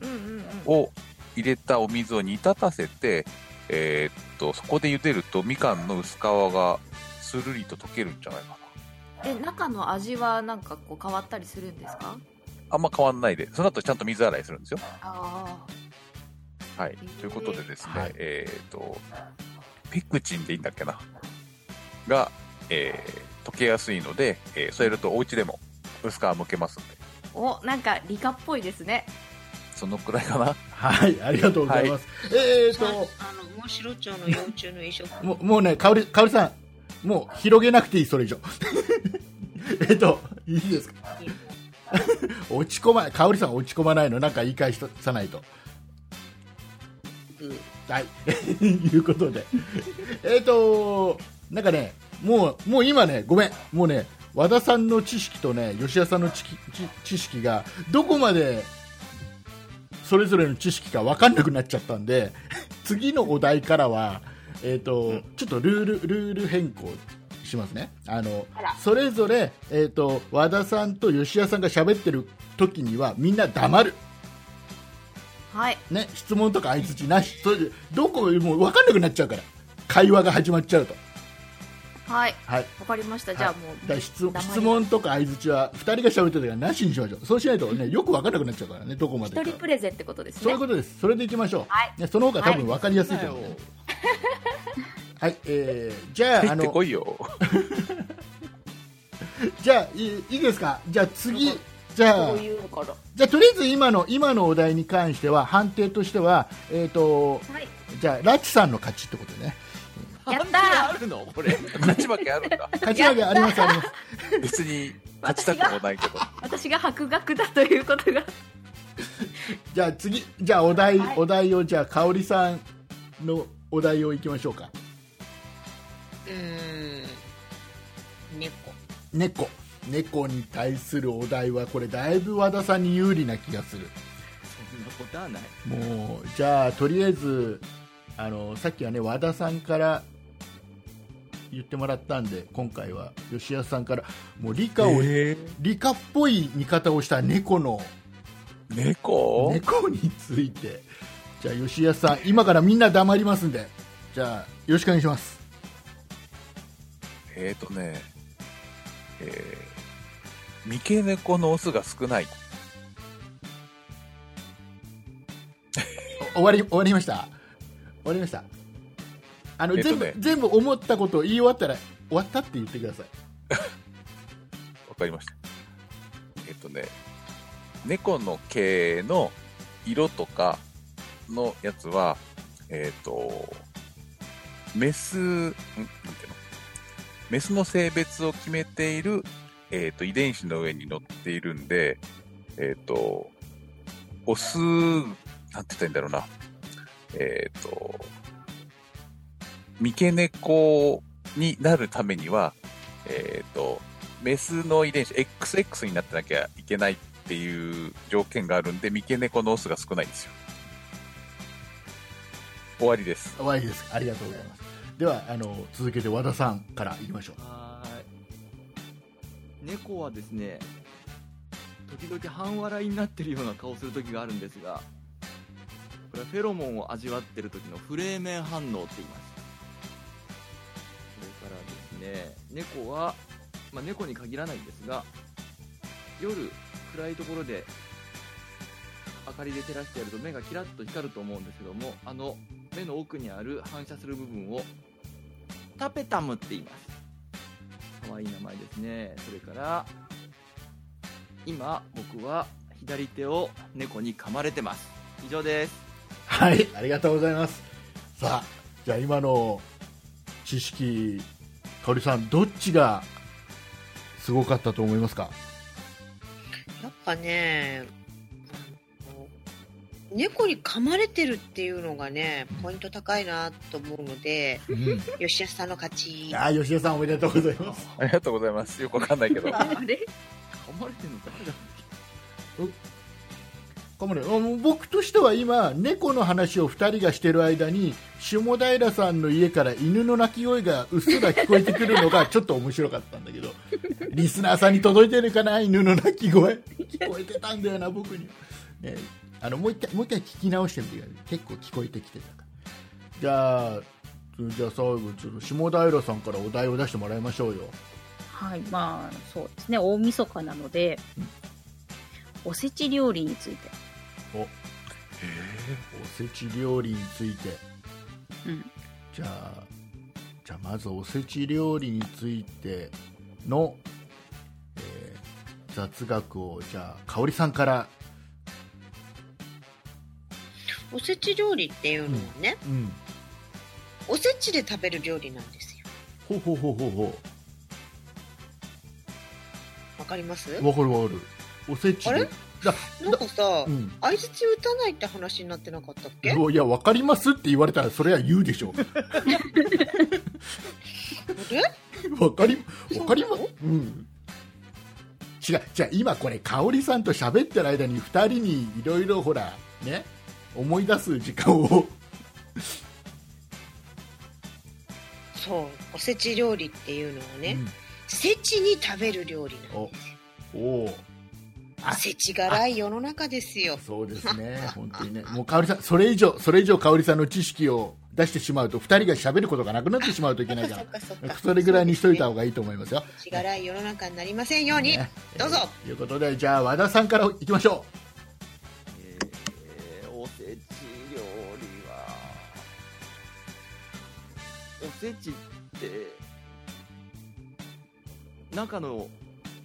Speaker 3: うんうんうん、
Speaker 4: を入れたお水を煮立たせて、えーっと、そこで茹でるとみかんの薄皮がスルリと溶けるんじゃないかな。
Speaker 3: え中の味はなんかこう変わったりするんですか
Speaker 4: あんま変わんないで、その後ちゃんと水洗いするんですよ。
Speaker 3: あ
Speaker 4: はい。ということでですね、
Speaker 2: はい
Speaker 4: えーっと、ペクチンでいいんだっけな。が、えー溶けやすいので、えーそうやるとお家でも薄皮剥けますんで、
Speaker 3: あおなんか理科っぽいですね
Speaker 4: そのくらいかな。
Speaker 2: はい、ありがとうございます。えー、っ
Speaker 6: あの
Speaker 2: と、
Speaker 6: モンシロチョウの幼虫の移植
Speaker 2: もうもうね、かおり、かおりさん、もう広げなくていい、それ以上。 *laughs* えっと、いいですか落ち込まない、かおりさん落ち込まないの、なんか言い返しとさないと。
Speaker 6: うん
Speaker 2: はい、 *laughs* いうことで。えっと、なんかね、もう、もう今ね、ごめん、もうね、和田さんの知識とね、吉田さんの知識知知識が、どこまで、それぞれの知識か分かんなくなっちゃったんで、次のお題からは、えっ、と、ちょっとルール、ルール変更しますね。あの、それぞれ、えっ、と、和田さんと吉田さんが喋ってる時には、みんな黙る。
Speaker 3: はい
Speaker 2: ね、質問とか相槌なし、それでどこもう分かんなくなっちゃうから、会話が始まっちゃうと、
Speaker 3: はい
Speaker 2: はい、
Speaker 3: わかりました
Speaker 2: い
Speaker 3: じゃあも
Speaker 2: だ
Speaker 3: う、
Speaker 2: から質
Speaker 3: 黙り
Speaker 2: 質問とか相槌は2人が喋ってるからなしにしましょう、そうしないと、ね、よく分かんなくなっちゃうからね、どこまで
Speaker 3: 一
Speaker 2: か
Speaker 3: 人プレゼンってことです
Speaker 2: そうい
Speaker 3: ね
Speaker 2: うことです、それでいきましょう、
Speaker 3: はい
Speaker 2: ね、その方が多分分かりやすいと思う、はいえー、じ *laughs* ゃああ
Speaker 4: 入ってこ
Speaker 2: の、*laughs*
Speaker 4: いよ。
Speaker 2: じゃあいいいいですか、じゃあ次、じゃあ
Speaker 3: こう。いうのから
Speaker 2: じゃあとりあえず今の今のお題に関しては判定としては、えー、と
Speaker 3: はい
Speaker 2: じゃあラチさんの勝ちってことね
Speaker 5: *laughs*
Speaker 3: やったー
Speaker 5: 関係あるのこれ。
Speaker 4: 勝ち負けあるんだ。
Speaker 2: 勝ち上げありますあります
Speaker 4: 別に勝ちたくもないけど。
Speaker 3: 私が博学だということが
Speaker 2: じゃあ次じゃあお題、
Speaker 3: はい
Speaker 2: お題をじゃあ香織さんのお題をいきましょうか
Speaker 6: うーん猫
Speaker 2: 猫猫に対するお題はこれだいぶ和田さんに有利な気がする
Speaker 5: そんなことはない。
Speaker 2: もうじゃあとりあえずあのさっきはね和田さんから言ってもらったんで今回は吉安さんからもう理科を、
Speaker 4: え
Speaker 2: 理科っぽい見方をした猫の
Speaker 4: ー猫
Speaker 2: 猫についてじゃあ吉安さん今からみんな黙りますんでじゃあよろしくお願いします
Speaker 4: えーとね、えー、三毛猫のオスが少ない。
Speaker 2: お終わり終わりました終わりましたあの、
Speaker 4: えっと
Speaker 2: 全部
Speaker 4: ね
Speaker 2: 全部思ったことを言い終わったら終わったって言ってください
Speaker 4: わかりました。えっとね、猫の毛の色とかのやつは、えっ、と、メス、んなんていうのメスの性別を決めている、えっ、と、遺伝子の上に乗っているんで、えっ、と、オス、なんて言ったらいいんだろうな。えっ、と、三毛猫になるためには、えっ、と、メスの遺伝子 XX になってなきゃいけないっていう条件があるんで、三毛猫のオスが少ないんですよ。終わ
Speaker 2: *laughs*
Speaker 4: りです。
Speaker 2: 終わりですありがとうございますではあの続けて和田さんからいきましょう
Speaker 5: はーい。猫はですね、時々半笑いになってるような顔をする時があるんですが、これはフェロモンを味わってる時のフレーメン反応って言います。それからですね、猫は、まあ、猫に限らないんですが、夜暗いところで明かりで照らしてやると目がキラッと光ると思うんですけども、あの目の奥にある反射する部分をタペタムって言います。可愛い名前ですねそれから今僕は左手を猫に噛まれてます以上です
Speaker 2: はいありがとうございますさあじゃあ今の知識鳥さんどっちがすごかったと思いますか
Speaker 6: やっぱね猫に噛まれてるっていうのがねポイント高いなと思うので吉安さんの勝ち
Speaker 2: あー吉田さんおめでとうござい
Speaker 5: 噛
Speaker 2: ます
Speaker 4: ありがとうございます。よくわかんないけど。
Speaker 7: あれ
Speaker 5: まれてんの誰だっ
Speaker 2: かもねあの僕としては今猫の話を2人がしてる間に下平さんの家から犬の鳴き声がうっすら聞こえてくるの *laughs* がちょっと面白かったんだけどリスナーさんに届いてるかな犬の鳴き声聞こえてたんだよな僕に、ね、あのもう一回もう一回聞き直してみてください結構聞こえてきてたからじゃあじゃあ最後ちょっと下平さんからお題を出してもらいましょうよ
Speaker 7: はい、まあ、そうですね。大晦日なので、おせち料理について。
Speaker 2: おせち料理について
Speaker 7: うん。
Speaker 2: じゃあじゃあまずおせち料理についての、えー雑学をじゃあ香織さんから、
Speaker 6: おせち料理っていうのはね、
Speaker 2: うん、
Speaker 6: おせちで食べる料理なんですよ
Speaker 2: ほうほうほうほうほ
Speaker 6: わかります
Speaker 2: うわかるわかるおせち
Speaker 6: あれ
Speaker 2: でだ
Speaker 6: なんかさ
Speaker 2: うん
Speaker 6: 相づち打たないって話になってなかったっけ
Speaker 2: いやわかりますって言われたらそれは言うでしょ
Speaker 6: *laughs* え
Speaker 2: わかりわ
Speaker 6: そうなの
Speaker 2: かりますうん違う違う今これ香織さんと喋ってる間に2人にいろいろほらね思い出す時間を
Speaker 6: そうおせち料理っていうのはね、
Speaker 2: うん
Speaker 6: せちに食べる料理なんで
Speaker 2: おおあ
Speaker 6: すせちがらい世の中ですよ
Speaker 2: そうですね本当にねもう香織さんそれ以上それ以上香織さんの知識を出してしまうと2人が喋ることがなくなってしまうといけないか
Speaker 6: そっ
Speaker 2: ら
Speaker 6: かそっ *laughs* か
Speaker 2: それぐらいにしといた
Speaker 6: そう
Speaker 2: 方がいいと思いますよ
Speaker 6: ですねせちがらい世の中になりませんように、
Speaker 2: ね
Speaker 6: どうぞ
Speaker 2: えーということでじゃあ和田さんからいきましょ
Speaker 5: け、えー、おせち料理はおせちって中の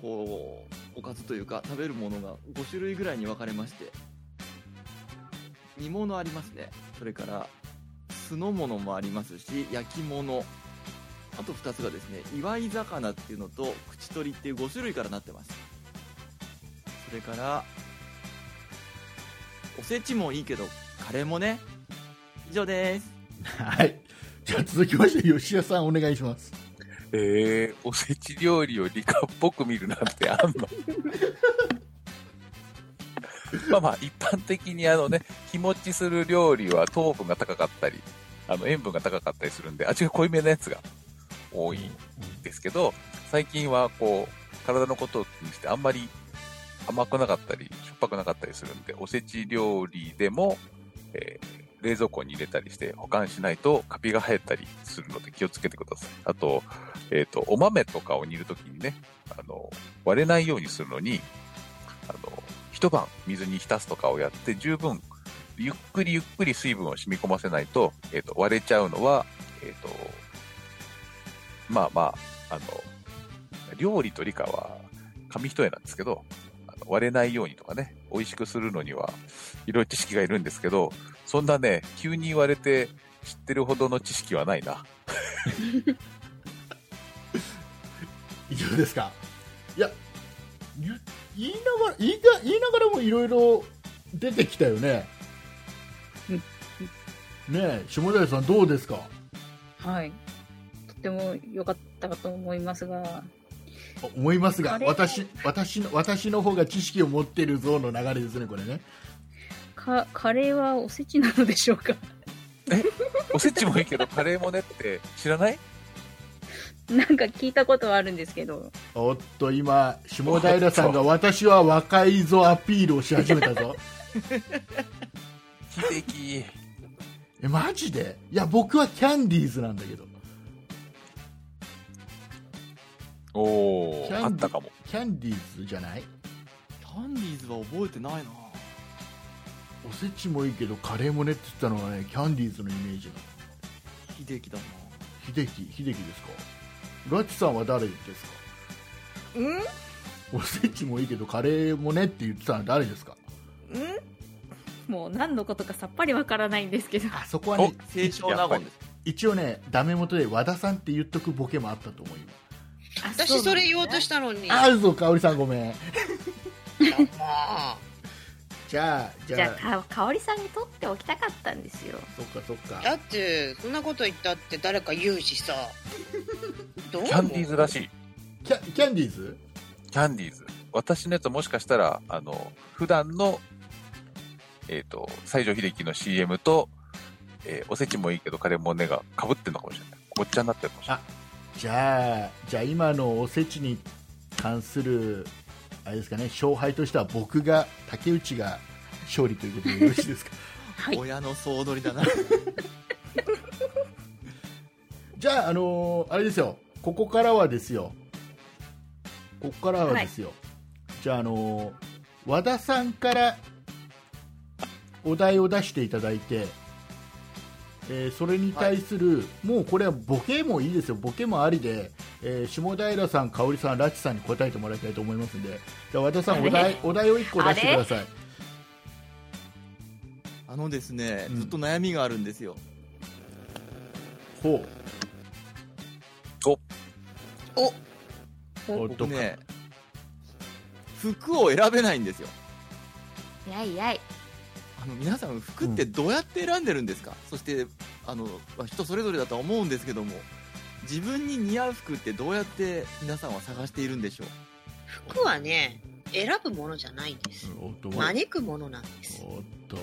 Speaker 5: こうおかずというか食べるものが5種類ぐらいに分かれまして煮物ありますねそれから酢の物もありますし焼き物あと2つがですね祝い魚っていうのと口取りっていう5種類からなってますそれからおせちもいいけどカレーもね以上です
Speaker 2: *laughs* うはいじゃあ続きまして吉田さんお願いします
Speaker 4: えー、おせち料理を理科っぽく見るなんてあんのまあまあ一般的にあのね日持ちする料理は糖分が高かったりあの塩分が高かったりするんで味が濃いめのやつが多いんですけど最近はこう体のことを気にしてあんまり甘くなかったりしょっぱくなかったりするんでおせち料理でも、えー冷蔵庫に入れたりして保管しないとカビが生えたりするので気をつけてくださいあと,、えー、とお豆とかを煮るときにねあの割れないようにするのにあの一晩水に浸すとかをやって十分ゆっくりゆっくり水分を染み込ませないと,、えー、と割れちゃうのは、えー、とまあまああの料理と理科は紙一重なんですけどあの割れないようにとかね美味しくするのにはいろいろ知識がいるんですけどそんなね急に言われて知ってるほどの知識はないな
Speaker 2: 以上ですかいや言言いながら言いた言いながらもいろいろ出てきたよね
Speaker 7: うん
Speaker 2: ねえ下平さんどうですか
Speaker 7: はい。とても良かったと思いますが、
Speaker 2: あ思いますが
Speaker 7: あれ
Speaker 2: 私私の私の方が知識を持ってるぞの流れですねこれね
Speaker 7: か、カレーはおせちなのでしょうか *laughs*
Speaker 4: おせちもいいけどカレーもねって知らない
Speaker 7: なんか聞いたことはあるんですけど、
Speaker 2: おっと今下平さんが私は若いぞアピールをし始めたぞ *laughs*
Speaker 4: 秀樹
Speaker 2: えマジでいや僕はキャンディーズなんだけど
Speaker 4: おお
Speaker 2: キャンディー
Speaker 4: あったかも
Speaker 2: キャンディーズじゃない
Speaker 5: キャンディーズは覚えてないな
Speaker 2: おせちもいいけどカレーもねって言ったのがねキャンディーズのイメージが
Speaker 5: 秀樹だな
Speaker 2: 秀樹秀樹ですかラチさんは誰ですか
Speaker 6: うんん
Speaker 2: おせちもいいけどカレーもねって言ってたのは誰ですか
Speaker 3: もう何のことかさっぱりわからないんですけど
Speaker 2: あそこはね
Speaker 5: 清少納言です
Speaker 2: 一応ねダメ元で和田さんって言っとくボケもあったと思います
Speaker 6: 私それ言おうとしたたのに。
Speaker 2: あうぞ香織さんごめん
Speaker 6: あ
Speaker 2: じゃあじ
Speaker 3: じゃ
Speaker 2: ゃあ
Speaker 3: あかかおりさんにとっておきたかったんですよ
Speaker 2: そっかそっ
Speaker 6: ー
Speaker 2: か
Speaker 6: だってそんなこと言ったって誰か言うしさ。どう
Speaker 4: キャンディーズらし
Speaker 6: い。
Speaker 4: い
Speaker 2: キャキャンディーズ
Speaker 4: キャンディーズ私のやつもしかしたらあの普段のえっ、と西城秀樹の CM と、えーおせちもいいけどカレーもねがかぶってるのかもしれないごっちゃになってるかもしれない
Speaker 2: じゃあじゃあ今のおせちに関するあれですかね勝敗としては僕が竹内が勝利ということでよろしいですか
Speaker 7: はい。
Speaker 5: 親の総取りだな
Speaker 2: じゃああのーあれですよここからはですよここからはですよ、じゃああのー和田さんからお題を出していただいて、えーそれに対する、もうこれはボケもいいですよボケもありで、えー下平さん、香織さん、拉致さんに答えてもらいたいと思いますんでじゃあ和田さんお
Speaker 3: あ
Speaker 2: 題
Speaker 3: れ
Speaker 2: お題を1個出してください
Speaker 5: あのですね、
Speaker 2: うん
Speaker 5: ずっと悩みがあるんですよ
Speaker 2: ほ
Speaker 6: お
Speaker 2: うおっと
Speaker 5: 僕ね服を選べないんですよ
Speaker 3: やいやい
Speaker 5: あの皆さん服ってどうやって選んでるんですか、そしてあのまあ人それぞれだとは思うんですけども自分に似合う服ってどうやって皆さんは探しているんでしょう
Speaker 6: 服はね選ぶものじゃないんです。
Speaker 2: おっと
Speaker 6: 招くものなんです。
Speaker 2: おっと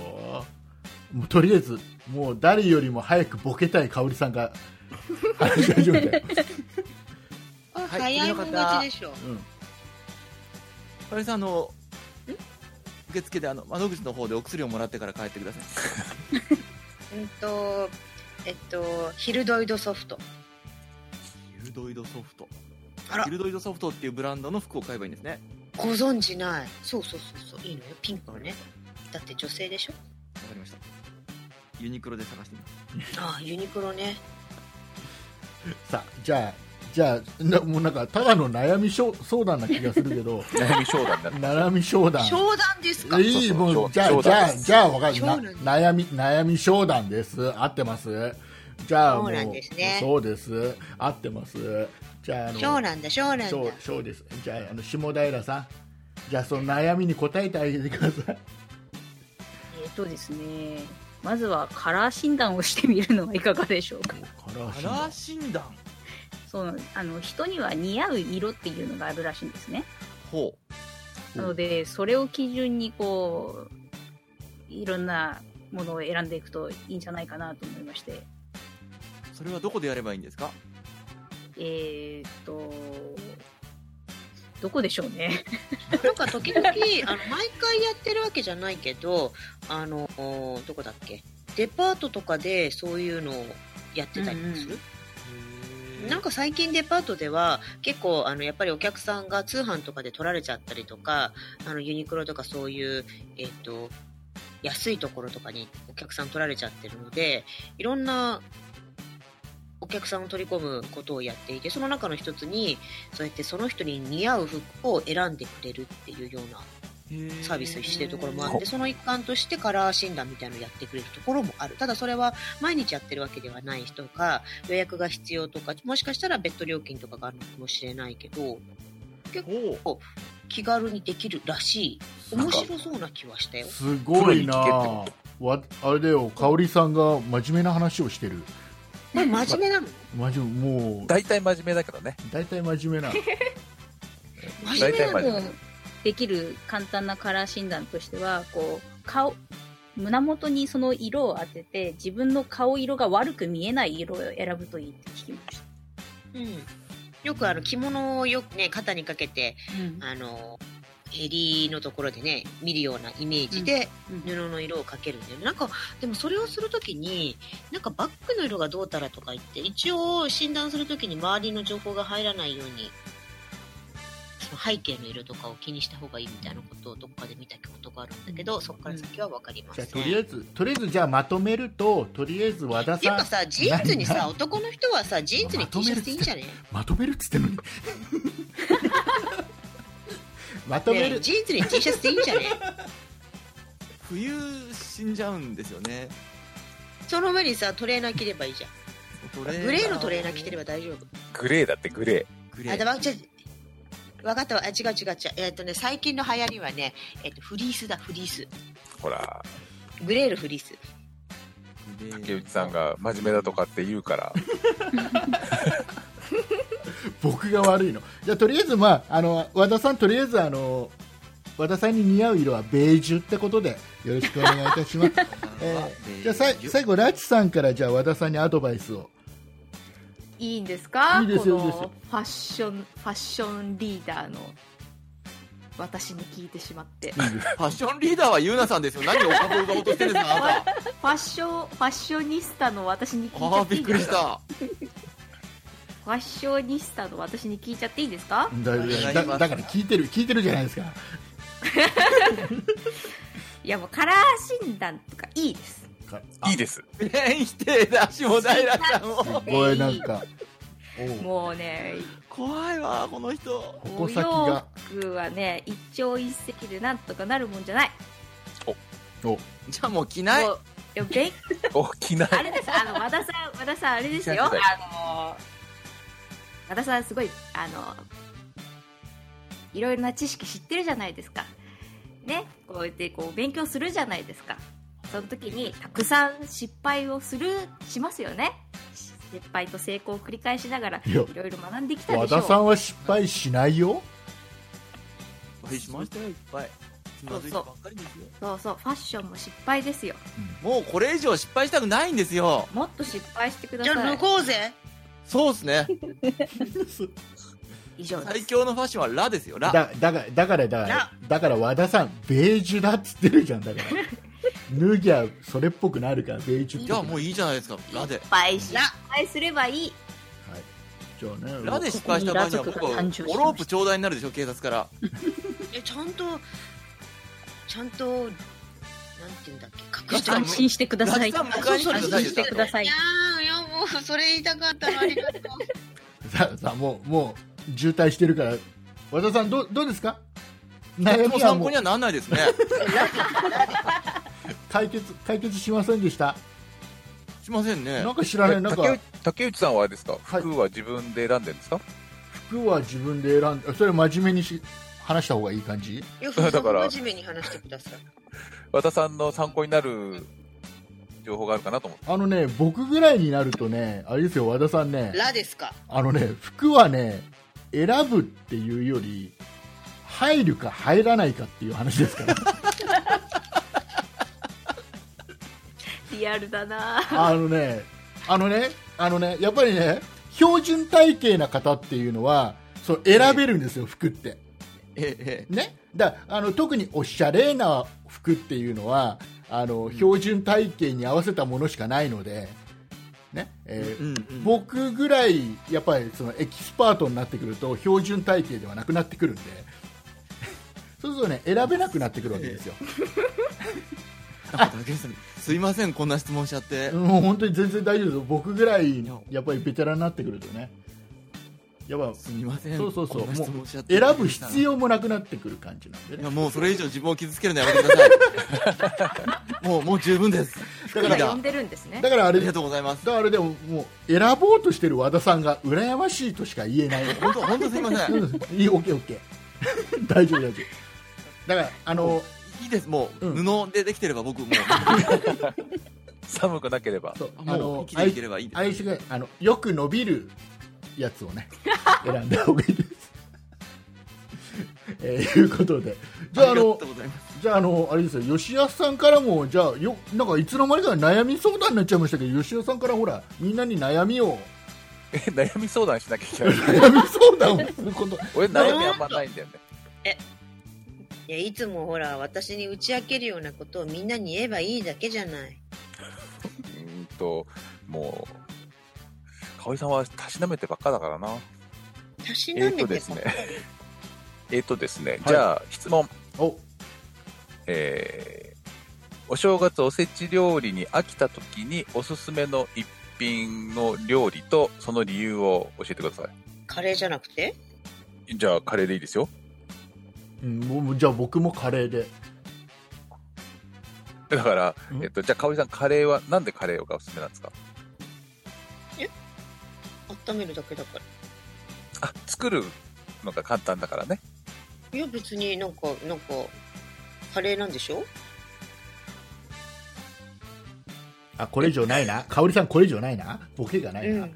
Speaker 2: もうとりあえずもう誰よりも早くボケたい香織さん
Speaker 6: *laughs*
Speaker 2: が話し始めて、
Speaker 5: はい
Speaker 6: 早いもん勝ちでしょ。
Speaker 2: うん、
Speaker 5: かおりさんあの受付であの窓口の方でお薬をもらってから帰ってください
Speaker 6: うんとえっとヒルドイドソフト。
Speaker 5: ヒルドイドソフト
Speaker 6: あら
Speaker 5: ヒルドイドソフトっていうブランドの服を買えばいいんですね
Speaker 6: ご存知ない。そうそうそうそういいのよピンクのね。だって女性でしょ。
Speaker 5: わかりましたユニクロで探してみます
Speaker 6: ああユニクロね。
Speaker 2: さあじゃあじゃあなもうなんかただの悩みしょ相談な気がするけ
Speaker 6: *laughs*
Speaker 2: ど
Speaker 4: 悩み商談になって
Speaker 2: 悩み商談
Speaker 6: 商談ですか。
Speaker 2: いい
Speaker 4: そうそう
Speaker 2: もう
Speaker 4: 商
Speaker 2: じゃあ
Speaker 4: 商
Speaker 2: じゃ
Speaker 4: 談
Speaker 2: あ
Speaker 4: です
Speaker 2: じゃあわかるな
Speaker 6: 商談
Speaker 2: 悩み悩み商談です合ってますじゃあもう
Speaker 6: そうなんですね
Speaker 2: そうです合ってますじゃああの
Speaker 6: そうなんだそうなんだ。
Speaker 2: そうそうですじゃああの下平さんじゃあその悩みに答えてあげてください
Speaker 7: えっとですね、まずはカラー診断をしてみるのはいかがでしょうか。
Speaker 2: カラ
Speaker 5: カラー診断
Speaker 7: そうあの人には似合う色っていうのがあるらしいんですね。
Speaker 5: ほう。
Speaker 7: なので、それを基準にこう、いろんなものを選んでいくといいんじゃないかなと思いまして、
Speaker 5: それはどこでやればいいんですか
Speaker 7: えーっと、どこでしょうね。
Speaker 6: なんか時々、あの、毎回やってるわけじゃないけど、あの、おどこだっけデパートとかでそういうのをやってたりする、なんか最近デパートでは結構あのやっぱりお客さんが通販とかで取られちゃったりとかあのユニクロとかそういう、えっと安いところとかにお客さん取られちゃってるのでいろんなお客さんを取り込むことをやっていてその中の一つにそうやってその人に似合う服を選んでくれるっていうようなサービスをしてるところもあって、その一環としてカラー診断みたいなのをやってくれるところもある。ただそれは毎日やってるわけではない人か、予約が必要とか、もしかしたら別途料金とかがあるのかもしれないけど、
Speaker 5: ほ
Speaker 6: 気軽にできるらしい。面白そうな気はしたよ。
Speaker 2: すごいな
Speaker 4: プロに聞けっ
Speaker 2: わあれだよ香織さんが真面目な話をしてる
Speaker 6: これ真面目なの
Speaker 2: 真面目もう
Speaker 4: 大体真面目だけどね。
Speaker 2: 大体真面目な
Speaker 6: 真
Speaker 4: 大
Speaker 6: 面目
Speaker 4: 体
Speaker 6: な
Speaker 4: まで
Speaker 6: の
Speaker 7: でもできる簡単なカラー診断としては、こう、顔、胸元にその色を当てて、自分の顔色が悪く見えない色を選ぶといいって聞きました。
Speaker 6: うん。よくあの着物をよくね、肩にかけて、
Speaker 7: うん
Speaker 6: あの、襟のところでね、見るようなイメージで、布の色をかけるんだよねなんかでもそれをするときになんかバッグの色がどうたらとか言って一応診断するときに周りの情報が入らないようにその背景の色とかを気にした方がいいみたいなことをどっかで見たことがあるんだけど、そこから先は分かりま
Speaker 2: じ
Speaker 6: せ
Speaker 2: ゃ
Speaker 6: ん、
Speaker 2: あとりあえずとりあえずじゃあまとめるととりあえず和田
Speaker 6: ていう
Speaker 2: さ
Speaker 6: か
Speaker 2: ん
Speaker 6: さジーンズに
Speaker 2: な
Speaker 6: さ男の人はさジーンズに
Speaker 2: まと
Speaker 6: T
Speaker 2: める
Speaker 6: シャツでいいんじゃね
Speaker 2: まとめるっつってんのに *laughs* まとめ
Speaker 6: ねえ
Speaker 2: る
Speaker 6: ジーンズに T シャツでいいんじゃね
Speaker 5: う。冬死んじゃうんですよね。
Speaker 6: その上にさトレーナー着ればいいじゃん
Speaker 5: グ
Speaker 6: グレーのトレーナー着てれば大丈夫
Speaker 4: グレーだってグレ
Speaker 5: グレ
Speaker 6: あだ
Speaker 5: ー。
Speaker 6: わちょわかったわあ違う違う違うえっ、とね最近の流行りはね、えっとフリースだフリース
Speaker 4: ー。ほら、
Speaker 6: グレールフリース
Speaker 5: グレー
Speaker 4: 竹内さん。が真面目だとかって言うから、
Speaker 2: 僕が悪いのじゃあとりあえず、まあ、あの和田さんとりあえずあの和田さんに似合う色はベージュってことでよろしくお願いいた *laughs* しますえーじゃあさい最後ラチさんからじゃあ和田さんにアドバイスを
Speaker 3: いいんですか
Speaker 2: いいですよ
Speaker 3: こ
Speaker 2: いいですよ
Speaker 3: のファッションファッションリーダーの私に聞いてしまってフ
Speaker 5: ファッションリーダーはゆうなさんですよ。何をおかぼうが落としてるんですか、あな
Speaker 6: *laughs*
Speaker 5: た。
Speaker 3: ァッションファッショニスタの私に聞いち
Speaker 5: あ
Speaker 3: ゃ
Speaker 5: あ、
Speaker 3: ってい
Speaker 5: び
Speaker 3: い
Speaker 5: っ
Speaker 3: で
Speaker 5: く
Speaker 3: す
Speaker 5: り
Speaker 3: か
Speaker 5: した。
Speaker 3: ファッショニスタの私に聞いちゃっていいですか
Speaker 2: だ
Speaker 5: 願いします
Speaker 2: だだから聞いてる聞いてるじゃないですか
Speaker 3: いやもうカラー診断とかいいです
Speaker 2: か
Speaker 4: いい
Speaker 6: *laughs*
Speaker 4: です。
Speaker 5: 全否定だ、下平さんを。
Speaker 2: ごいなんかおう
Speaker 3: もうね
Speaker 5: *laughs* 怖いわ、この人。
Speaker 2: 矛
Speaker 3: お
Speaker 2: 先
Speaker 3: 洋
Speaker 2: が
Speaker 3: 服はね一朝一夕でなんとかなるもんじゃない
Speaker 2: お
Speaker 5: じゃあもう着ない。
Speaker 3: もういや勉
Speaker 4: 大きな。
Speaker 3: あれです、あの和田さん、和田さん、あれですよ、
Speaker 4: 聞
Speaker 3: あ
Speaker 4: かせて
Speaker 3: の和田さん、すごい、あのいろいろな知識知ってるじゃないですか、ね、こうやってこう勉強するじゃないですか、その時にたくさん失敗をする、しますよね、失敗と成功を繰り返しながら、
Speaker 2: い
Speaker 3: い
Speaker 2: や
Speaker 3: ろいろ学んできた
Speaker 2: 和
Speaker 3: でしょ
Speaker 2: 田さ
Speaker 3: う。
Speaker 2: んは失敗しないよ
Speaker 5: 失敗しましたよ、いっぱい。つまずいてばっかりですよ。
Speaker 3: そうそう、ファッションも失敗ですよ、
Speaker 5: もうこれ以上失敗したくないんですよ。
Speaker 3: もっと失敗してくだ
Speaker 6: じゃあ
Speaker 3: さ
Speaker 6: 脱
Speaker 3: い。
Speaker 6: こうぜ
Speaker 5: そうですね。
Speaker 3: 以上で
Speaker 5: 最
Speaker 3: す。
Speaker 5: 強のファッションはラですよ、ラ。
Speaker 2: だだがだからだから
Speaker 6: な
Speaker 2: だから和田さんベージュだっつってるじゃんだから脱ぎゃそれっぽくなるからベージュっ
Speaker 5: じ
Speaker 2: ぽ
Speaker 5: ゃ
Speaker 2: く
Speaker 5: あもういいじゃないですか、ラで
Speaker 3: 失。敗し
Speaker 6: ラ
Speaker 3: 失敗すればいい。
Speaker 2: はい、じゃあね
Speaker 5: ラで失敗した場合には僕はオロープちょうだいになるでしょ、警察から。
Speaker 6: えちゃんとちゃんとなんて言うんだっけ隠して
Speaker 5: ラ
Speaker 6: る
Speaker 7: 安心してください。
Speaker 5: ラ
Speaker 7: 安
Speaker 5: ジさん迎えに来てくださいよ
Speaker 7: 心してください
Speaker 6: いや。ーいやもうそれ言いたかったのありがとう
Speaker 2: さあさあもうもう渋滞してるから和田さんどうどうですか悩
Speaker 5: とても
Speaker 2: みは
Speaker 5: 参
Speaker 2: も
Speaker 5: 考
Speaker 2: う
Speaker 5: にはならないですね。
Speaker 2: 解決解決しませんでした
Speaker 5: しませんね
Speaker 2: な。んか知らないなん
Speaker 4: 竹
Speaker 2: か
Speaker 4: 内竹内さんはあれですか
Speaker 2: はい
Speaker 4: 服は自分で選んでるんですか、
Speaker 2: 服は自分で選んでそれ真面目にし話した方がいい感じ
Speaker 6: いやふうさ
Speaker 4: だから
Speaker 6: ん真面目に話してください
Speaker 4: 和田さんの参考になる情報があるかなと思って。
Speaker 2: あのね、僕ぐらいになるとね、あれですよ、和田さんね、
Speaker 6: ラですか。
Speaker 2: あのね、服はね、選ぶっていうより、入るか入らないかっていう話ですから。
Speaker 3: リアルだな
Speaker 2: あのね、あのね、あのね、やっぱりね、標準体型な方っていうのは、そう選べるんですよ、服って。
Speaker 5: ええ
Speaker 2: ね、だあの特におしゃれな服っていうのはあの標準体型に合わせたものしかないので、ね
Speaker 5: え
Speaker 2: えー
Speaker 5: えうんうん
Speaker 2: 僕ぐらいやっぱりそのエキスパートになってくると標準体型ではなくなって
Speaker 5: *laughs*
Speaker 2: くるんでそうするとね選べなくなってくるわけですよ、
Speaker 5: なんか竹内さんすいませんこんな質問しちゃって、
Speaker 2: もう本当に全然大丈夫です僕ぐらいやっぱりベテランになってくるとねやっぱ
Speaker 5: すみません
Speaker 2: そうそうそう
Speaker 5: こんな質問しちゃって
Speaker 2: 選ぶ必要もなくなってくる感じなんで
Speaker 5: い
Speaker 2: ね
Speaker 5: やもうそれ以上自分を傷つけるのやめてくださ
Speaker 2: *laughs*
Speaker 5: いもうもう十分です
Speaker 2: だか
Speaker 3: 今
Speaker 2: ら
Speaker 5: だ
Speaker 3: 呼んでるんですね
Speaker 2: だからあ
Speaker 5: あ
Speaker 2: れ
Speaker 5: りがとうございます
Speaker 2: だからでももう選ぼうとしてる和田さんが羨ましいとしか言えない *laughs*
Speaker 5: 本当本当すいません
Speaker 2: うんいいオッケーオッケー *laughs* 大丈夫大丈夫だからあの
Speaker 5: いいですもう、
Speaker 2: う
Speaker 5: 布でできてれば僕もう
Speaker 4: 寒くなければ。
Speaker 2: そうあ
Speaker 5: *laughs* あの
Speaker 2: の
Speaker 5: 生き
Speaker 2: あ
Speaker 5: てい
Speaker 2: い
Speaker 5: ければいいです
Speaker 2: あいしがあのよく伸びるやつをね選んだ方がいいです *laughs* えー、いうことでじゃああ
Speaker 5: りがと
Speaker 2: の
Speaker 5: うございます
Speaker 2: じゃああのあれですよ吉安さんからもじゃあよなんかいつの間にか悩み相談になっちゃいましたけど吉安さんからほらみんなに悩みを *laughs*
Speaker 4: え悩み相談しなきゃいけない。
Speaker 2: 悩み相談をすること
Speaker 4: 俺悩みあんまないんだよね。
Speaker 6: いや、いつもほら、私に打ち明けるようなことをみんなに言えばいいだけじゃない。
Speaker 4: うーんと、もう、かおりさんはたしなめてばっかだからな。
Speaker 6: たし
Speaker 4: え
Speaker 6: な
Speaker 4: っ、
Speaker 6: め
Speaker 4: とで
Speaker 6: て
Speaker 4: す
Speaker 6: ばっ
Speaker 4: ね
Speaker 6: かり。。
Speaker 4: えっとですね、じゃあ質問。
Speaker 2: お
Speaker 4: えーお正月おせち料理に飽きた時におすすめの一品の料理とその理由を教えてくださ
Speaker 6: カレーじゃなくて
Speaker 4: い。じゃあカレーでいいですよ。
Speaker 2: うん、もうじゃあ僕もカレーで
Speaker 4: だから
Speaker 2: う、ん
Speaker 4: えっと、じゃあかおりさんカレーは、なんでカレーがおすすめなんですか
Speaker 6: 温めるだけだから。
Speaker 4: あ、作るのが簡単だからね。
Speaker 6: いや、別になんか、なんか、カレーなんでしょ
Speaker 2: あこれ以上ないな香織さんこれ以上ないなボケがないうな、
Speaker 6: ん。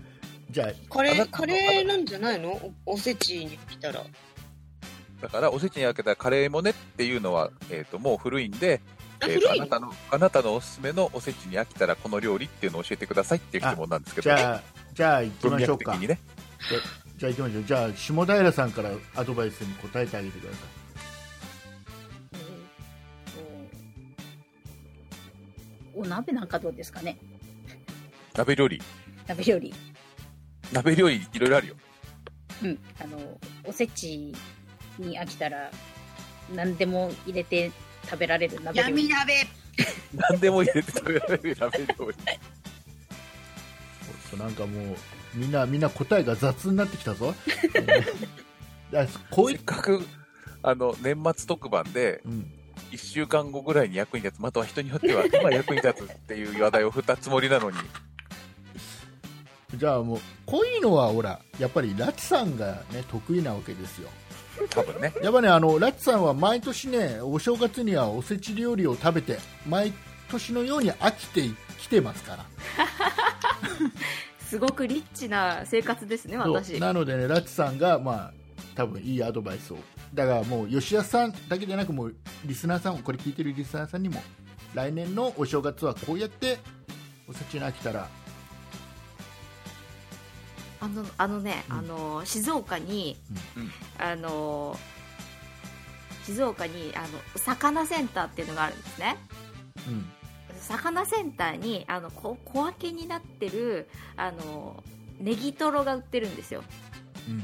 Speaker 2: じゃあ
Speaker 6: カレ
Speaker 4: あな
Speaker 6: ー、
Speaker 4: た
Speaker 6: カレーなんじゃないのおおせちに来たら。
Speaker 4: だから、おせちにあけたカレーもねっていうのは、えっと、もう古いんで、
Speaker 6: あ、
Speaker 4: え
Speaker 6: 古
Speaker 4: ーとあ
Speaker 6: い
Speaker 4: なたの、あなたのおすすめのおせちに飽きたらこの料理っていうのを教えてくださいっていう質問なんですけ
Speaker 2: じ
Speaker 4: ど、
Speaker 2: ゃあじゃあ行き
Speaker 4: 文
Speaker 2: ましょう
Speaker 4: 脈的
Speaker 2: か
Speaker 4: にね。
Speaker 2: じゃあ行きましょうじゃあ下平さんからアドバイスに答えてあげてくださ
Speaker 7: お鍋なんかどうですかね
Speaker 4: 鍋料理。
Speaker 7: 鍋料理。
Speaker 4: 鍋料理いろいろあるよ。
Speaker 7: うん。あの、おせちに飽きたら、何でも入れて食べられる鍋料
Speaker 6: 闇
Speaker 7: 理。
Speaker 6: 鍋
Speaker 4: 何でも入れて食べられる鍋料
Speaker 2: *laughs*
Speaker 4: 理。
Speaker 2: いなんかもうみんなみんな答えが雑になってきたぞえーあこうい
Speaker 4: せっかくあの年末特番で
Speaker 2: うん、
Speaker 4: 1週間後ぐらいに役に立つまたは人によっては今役に立つっていう話題を振ったつもりなのに
Speaker 2: じゃあもうこういうのはほらやっぱりラチさんがね得意なわけですよ
Speaker 4: 多分ね
Speaker 2: やっぱねあのラチさんは毎年ねお正月にはおせち料理を食べて毎年のように飽きてきてますから
Speaker 3: すごくリッチな生活ですね
Speaker 2: そう
Speaker 3: 私
Speaker 2: なのでねラッチさんがまあ多分いいアドバイスをだからもう吉安さんだけじゃなくもうリスナーさんこれ聞いてるリスナーさんにも来年のお正月はこうやっておせちに飽きたら
Speaker 3: あのあのね、
Speaker 2: うん
Speaker 3: あの静岡に、
Speaker 4: うん
Speaker 3: あの静岡にあの魚センターっていうのがあるんですね
Speaker 2: うん
Speaker 3: 魚センターにあのこ小分けになってるあのネギトロが売ってるんですよ、
Speaker 2: うん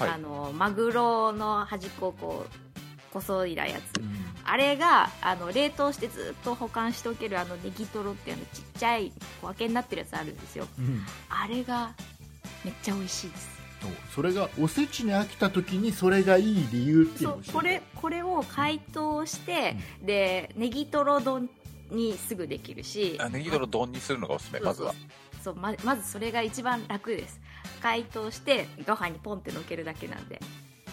Speaker 4: はい
Speaker 3: あのマグロの端っこをこう細いらやつ
Speaker 2: うん
Speaker 3: あれがあの冷凍してずっと保管しておけるあのネギトロっていうあのちっちゃい小分けになってるやつあるんですよ
Speaker 2: うん
Speaker 3: あれがめっちゃ美味しいです
Speaker 2: そうそれがおせちに飽きた時にそれがいい理由っていう
Speaker 3: そ
Speaker 2: の
Speaker 3: う
Speaker 2: を知り
Speaker 3: こ
Speaker 2: たい
Speaker 3: れこれを解凍して、でネギトロ丼にすぐできるし
Speaker 4: あネギトロ丼にするのがおすすめまずは
Speaker 3: そうままずそれが一番楽です解凍してご飯にポンってのっけるだけなんで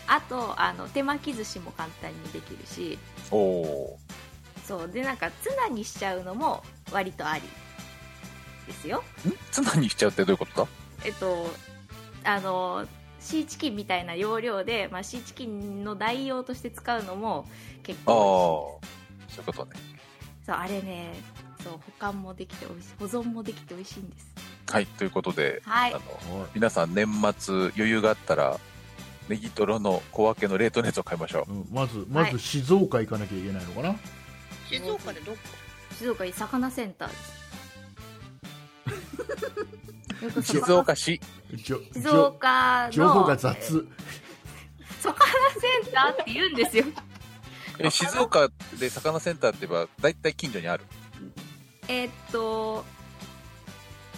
Speaker 3: あとあの手巻き寿司も簡単にできるし
Speaker 4: おお
Speaker 3: そうでなんかツナにしちゃうのも割とありですよ
Speaker 4: ツナにしちゃうってどういうことだ
Speaker 3: えっとあのシーチキンみたいな要領で、まあ、シーチキンの代用として使うのも結
Speaker 4: ああ
Speaker 3: 構
Speaker 4: そういうこと
Speaker 3: 美
Speaker 4: ね
Speaker 3: 味しいそうあれねそう保管もできて美味しい保存もできて美味しいんです
Speaker 4: はいということで、
Speaker 3: はい
Speaker 4: あの皆さん年末余裕があったらネギトロの小分けの冷凍のやつを買いましょう
Speaker 2: うんまずまず静岡行かなきゃいけないのかな、
Speaker 6: 静岡でどこ
Speaker 3: 静岡に魚センターです *laughs* *laughs* よく魚
Speaker 4: 静岡市
Speaker 2: じょ
Speaker 3: 静岡の
Speaker 2: 情報が雑
Speaker 3: *laughs* 魚センターって言うんですよ
Speaker 4: え静岡で魚センターって言えば大体近所にある
Speaker 3: えーっと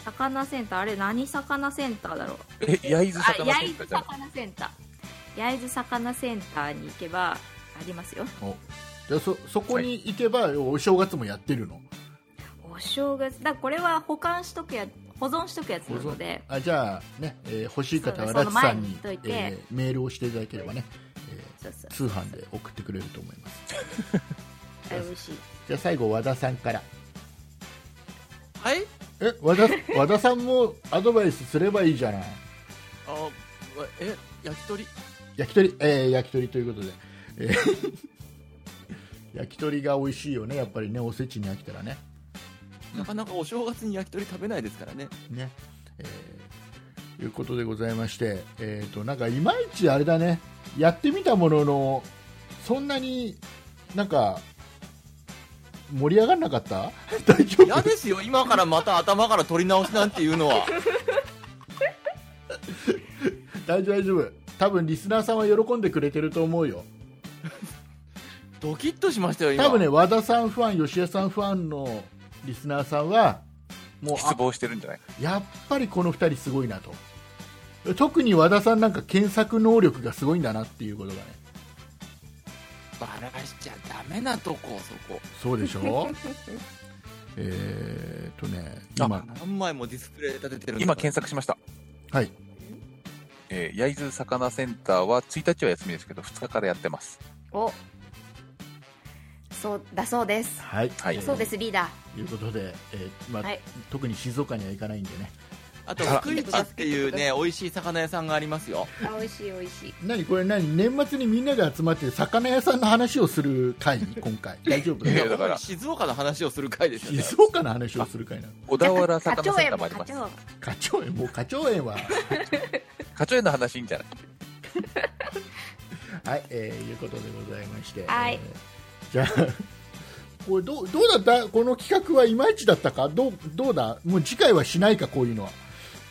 Speaker 3: 魚センターあれ何魚センターだろう
Speaker 4: え焼津
Speaker 3: あ
Speaker 4: 魚セ
Speaker 3: 焼
Speaker 4: ン
Speaker 3: 津
Speaker 4: ターじゃん
Speaker 3: 魚センター焼津魚センターに行けばありますよ
Speaker 2: でそそこに行けば、お正月もやってるの
Speaker 3: お正月だからこれは保管しとくや保存しとくやつなので
Speaker 2: あじゃあね、えー欲しい方は
Speaker 3: そうね
Speaker 2: ラチさん
Speaker 3: その前に言
Speaker 2: に
Speaker 3: っとい、て
Speaker 2: えーメールをしていただければね、え
Speaker 3: そうそう
Speaker 2: ー通販で送ってくれると思います
Speaker 3: あれ美味しい
Speaker 2: じゃあ最後和田さんから
Speaker 5: はい
Speaker 2: え和
Speaker 3: *laughs*
Speaker 2: 田和田さんもアドバイスすればいいじゃない
Speaker 5: あわえ焼き鳥
Speaker 2: 焼き鳥えー焼き鳥ということで、えー焼き鳥が美味しいよねやっぱりねおせちに飽きたらね
Speaker 5: なかなかお正月に焼き鳥食べないですからね
Speaker 2: ね、えーいうことでございまして、えー、となんかいまいちあれだねやってみたもののそんなになんか盛り上がらなかった大丈
Speaker 5: 嫌
Speaker 2: 夫
Speaker 5: ですよ今からまた頭から取り直しなんていうのは
Speaker 2: 大丈夫大丈夫多分リスナーさんは喜んでくれてると思うよ
Speaker 5: ドキッとしましたよ今
Speaker 2: 多分ね和田さんファン吉江さんファンのリスナーさんはもう
Speaker 4: 失
Speaker 2: あ
Speaker 4: 望してるんじゃない
Speaker 2: やっぱりこの2人すごいなと特に和田さんなんか検索能力がすごいんだなっていうことがね
Speaker 5: バラしちゃダメなとこそこ
Speaker 2: そうでしょ
Speaker 3: *laughs*
Speaker 2: えーっとね、
Speaker 4: あ
Speaker 2: 今、
Speaker 5: 何枚もディスプレイ立ててるんだ
Speaker 4: 今検索しました
Speaker 2: はい、
Speaker 4: えー焼津魚センターは1日は休みですけど2日からやってます
Speaker 3: おそうだそうです
Speaker 2: はい、
Speaker 4: はい
Speaker 3: だそうですリーダー
Speaker 2: ということで、えーまあ
Speaker 3: はい
Speaker 2: 特に静岡には行かないんでね、
Speaker 5: あと福市っていうね美味しい魚屋さんがありますよ
Speaker 7: あ美味しい美味しい
Speaker 2: 何これ何、年末にみんなで集まって、魚屋さんの話をする会、
Speaker 3: *laughs*
Speaker 2: 今回、大丈夫
Speaker 4: いやだから
Speaker 5: 静岡の話をする回ですよね
Speaker 2: 静岡の話をする会なの、
Speaker 4: 小田原
Speaker 3: 課長
Speaker 4: 魚センタ
Speaker 3: 園
Speaker 4: ーもあ
Speaker 3: も
Speaker 4: り
Speaker 3: 課
Speaker 4: ます
Speaker 3: 長園
Speaker 2: 課長園、もう課長園は、
Speaker 4: 課長園の話いいんじゃない
Speaker 2: はい、えーいうことでございまして、
Speaker 3: はい
Speaker 2: えーじゃあ、これどう、どうだった、この企画はいまいちだったか、どうどうだ、もう次回はしないか、こういうのは。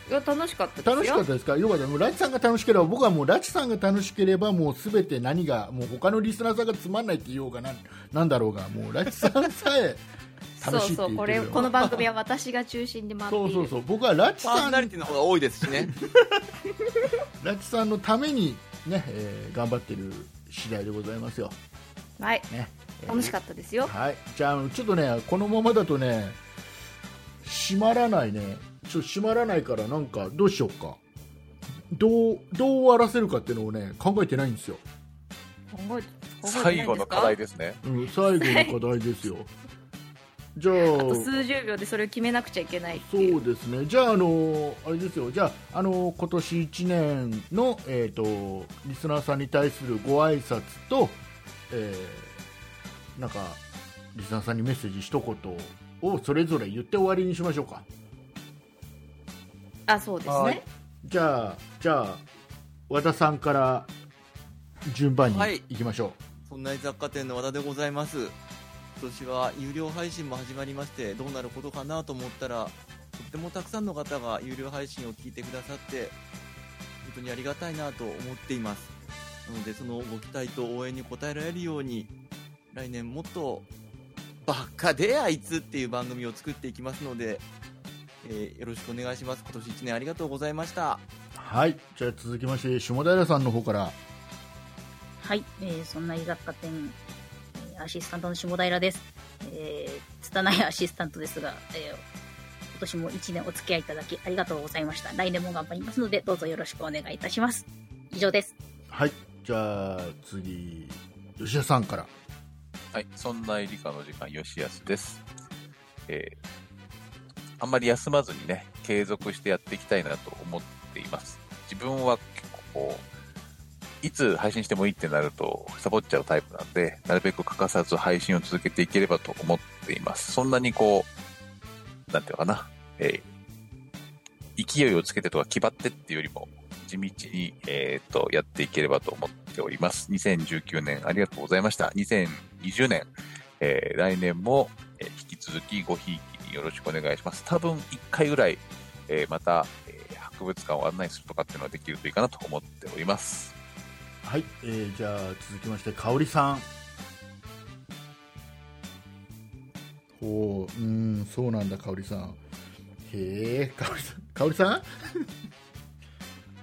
Speaker 3: いや楽しかったですよ
Speaker 2: 楽しかったですか、よかった、もうラチさんが楽しければ、僕はもうラチさんが楽しければ、もうすべて何が、もう他のリスナーさんがつまんないって言おうがなん、なんだろうが、もうラチさんさえ楽しいって
Speaker 3: そうそう
Speaker 2: 言っ
Speaker 3: こ
Speaker 2: て
Speaker 3: れ
Speaker 2: るよ
Speaker 3: この番組は私が中心で回ってい
Speaker 2: そう
Speaker 3: る
Speaker 2: そうそう、僕はラチ
Speaker 5: パー
Speaker 2: さ
Speaker 5: ソ
Speaker 2: ん
Speaker 5: ナリティの方が多いですしね
Speaker 2: ラチさんのためにね、えー頑張ってる次第でございますよ。
Speaker 3: はい
Speaker 2: ね、
Speaker 3: 楽しかったですよ
Speaker 2: はい、じゃあちょっとねこのままだとね閉まらないねちょっと閉まらないからなんかどうしようかどうどう終わらせるかっていうのをね考えてないんですよ、
Speaker 3: 考えて考えてな
Speaker 4: 最
Speaker 3: いん
Speaker 4: 後
Speaker 3: で
Speaker 4: の
Speaker 3: す
Speaker 4: 課
Speaker 3: か
Speaker 4: 題ですね
Speaker 2: うん、最後の課題ですよじゃあ
Speaker 3: あと数十秒でそれを決めなくちゃいけないって
Speaker 2: そ
Speaker 3: いう
Speaker 2: うですねじゃああのあれですよじゃああの今年1年の、えー、とリスナーさんに対するご挨拶と、えーなんかリスナーさんにメッセージ一言をそれぞれ言って終わりにしましょうか
Speaker 3: あそうです
Speaker 2: は
Speaker 3: ね
Speaker 2: いじゃあじゃあ和田さんから順番に
Speaker 5: はい
Speaker 2: いきましょう、
Speaker 5: そんな雑貨店の和田でございます今年は有料配信も始まりましてどうなることかなと思ったらとってもたくさんの方が有料配信を聞いてくださって本当にありがたいなと思っていますなのでそのご期待と応援に応えられるように来年もっと「バカであいつ」っていう番組を作っていきますので、えーよろしくお願いします今年1年ありがとうございました
Speaker 2: はいじゃあ続きまして下平さんの方から
Speaker 7: はい、えーそんな居雑貨店、えーアシスタントの下平です。えー、拙いアシスタントですが、えー今年も1年お付き合いいただきありがとうございました。来年も頑張りますので、どうぞよろしくお願いいたします。以上です。
Speaker 2: はいじゃあ次吉田さんから
Speaker 4: はい、そんな理科の時間、よしやすです。えーあんまり休まずにね、継続してやっていきたいなと思っています。自分は結構こう、いつ配信してもいいってなると、サボっちゃうタイプなんで、なるべく欠かさず配信を続けていければと思っています。そんなにこう、なんていうのかな、えー勢いをつけてとか、気張ってっていうよりも、地道に、えー、とやっていければと思っております。2019年ありがとうございました。2020年、えー来年もえー引き続きごひいきによろしくお願いします。多分1回ぐらい、えーまた、えー博物館を案内するとかっていうのはできるといいかなと思っております。
Speaker 2: はい、えーじゃあ続きまして香織さんおーうーんそうなんだ香織さんへえ香織さん香織
Speaker 3: *laughs*
Speaker 2: さん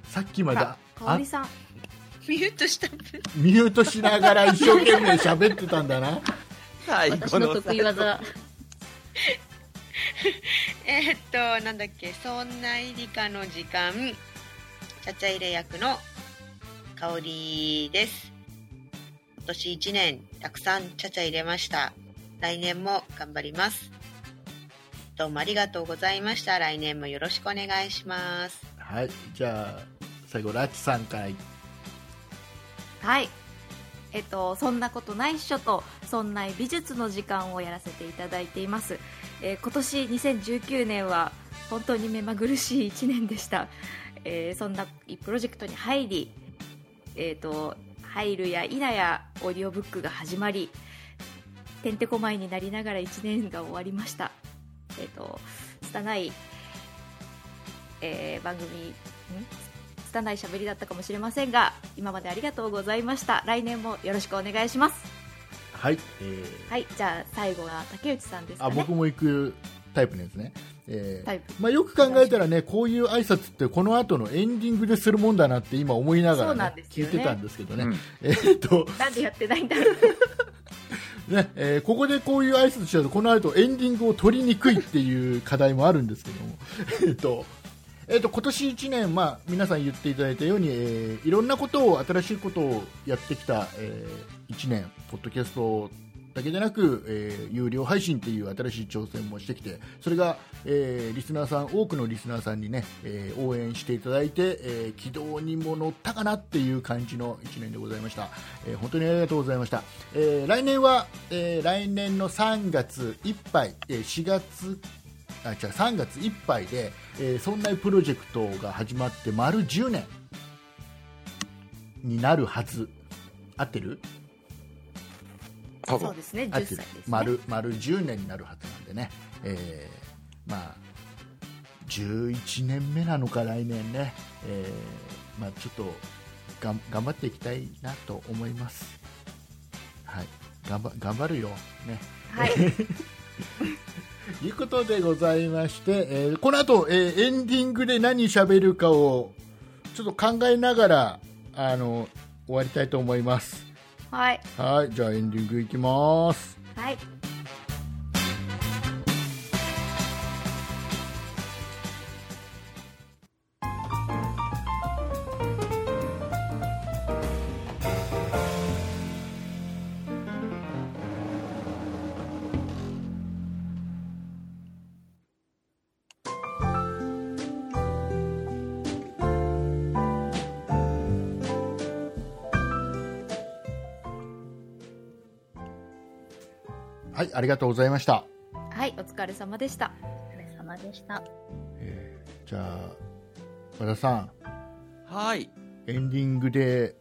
Speaker 2: さっきま
Speaker 3: ほ
Speaker 2: で
Speaker 3: らかおりさん
Speaker 6: ミュートした
Speaker 2: ミュートしながら一生懸命喋ってたんだな
Speaker 5: 最
Speaker 7: 私
Speaker 5: 後
Speaker 7: の
Speaker 5: の
Speaker 7: 得意技
Speaker 6: えーっとなんだっけそんなイリカの時間ちゃちゃ入れ役の香りです今年1年たくさんちゃちゃ入れました来年も頑張りますどうもありがとうございました来年もよろしくお願いします
Speaker 2: はいじゃあ最後ラッチさんから
Speaker 3: はい。えっと、そんなことないっしょと、そんな美術の時間をやらせていただいています。えー今年2019年は、本当に目まぐるしい1年でした。えーそんなプロジェクトに入り、えっと、入るや否やオーディオブックが始まり、てんてこまいになりながら1年が終わりました。えっと、拙い、えー番組、ん拙い喋りだったかもしれませんが今までありがとうございました来年もよろしくお願いします
Speaker 2: はい、えー
Speaker 3: はいじゃあ最後は竹内さんですか
Speaker 2: あ
Speaker 3: ね
Speaker 2: 僕も行くタイプのやつね、えー
Speaker 3: タイプ
Speaker 2: まあ、よく考えたらねこういう挨拶ってこの後のエンディングでするもんだなって今思いなが
Speaker 3: そうな
Speaker 2: ら
Speaker 3: ん
Speaker 2: ね、
Speaker 3: です
Speaker 2: 聞
Speaker 3: よ
Speaker 2: い
Speaker 3: ね
Speaker 2: てたんですけどね、
Speaker 4: うん
Speaker 2: えーっ *laughs* と
Speaker 3: なんでやってないんだろ
Speaker 2: *laughs*
Speaker 3: う
Speaker 2: ねえーここでこういう挨拶しちゃうとこの後エンディングを取りにくいっていう課題もあるんですけども *laughs* えーっとえーっと今年1年、まあ、皆さん言っていただいたように、えーいろんなことを新しいことをやってきた、え1年、ポッドキャストだけでなく、えー有料配信っていう新しい挑戦もしてきてそれが、えーリスナーさん多くのリスナーさんにね、えー応援していただいて、えー軌道にも乗ったかなっていう感じの1年でございました、えー本当にありがとうございました、えー来年は、えー来年の3月いっぱい、えー4月あ違う3月いっぱいで、えー、そんなプロジェクトが始まって丸10年になるはず合ってる
Speaker 4: 多
Speaker 3: そう
Speaker 4: 分、
Speaker 3: ですね10
Speaker 2: 合っ
Speaker 3: 歳
Speaker 2: て
Speaker 3: です
Speaker 2: る
Speaker 3: ね
Speaker 2: 丸丸10年になるはずなんでね、えーまあ、11年目なのか、来年ね、えーまあ、ちょっとがん頑張っていきたいなと思います。はい、頑張頑張るよ、ね。
Speaker 3: はい
Speaker 2: *laughs* ということでございまして、えーこの後、えーエンディングで何喋るかをちょっと考えながらあの終わりたいと思います。
Speaker 3: はい
Speaker 2: はい、じゃあエンディングいきます。
Speaker 3: はい
Speaker 2: はい、ありがとうございました。
Speaker 3: はいお疲れ様でした
Speaker 7: お疲れ様でした
Speaker 2: えーじゃあ、和田さん、
Speaker 5: はい
Speaker 2: エンディングで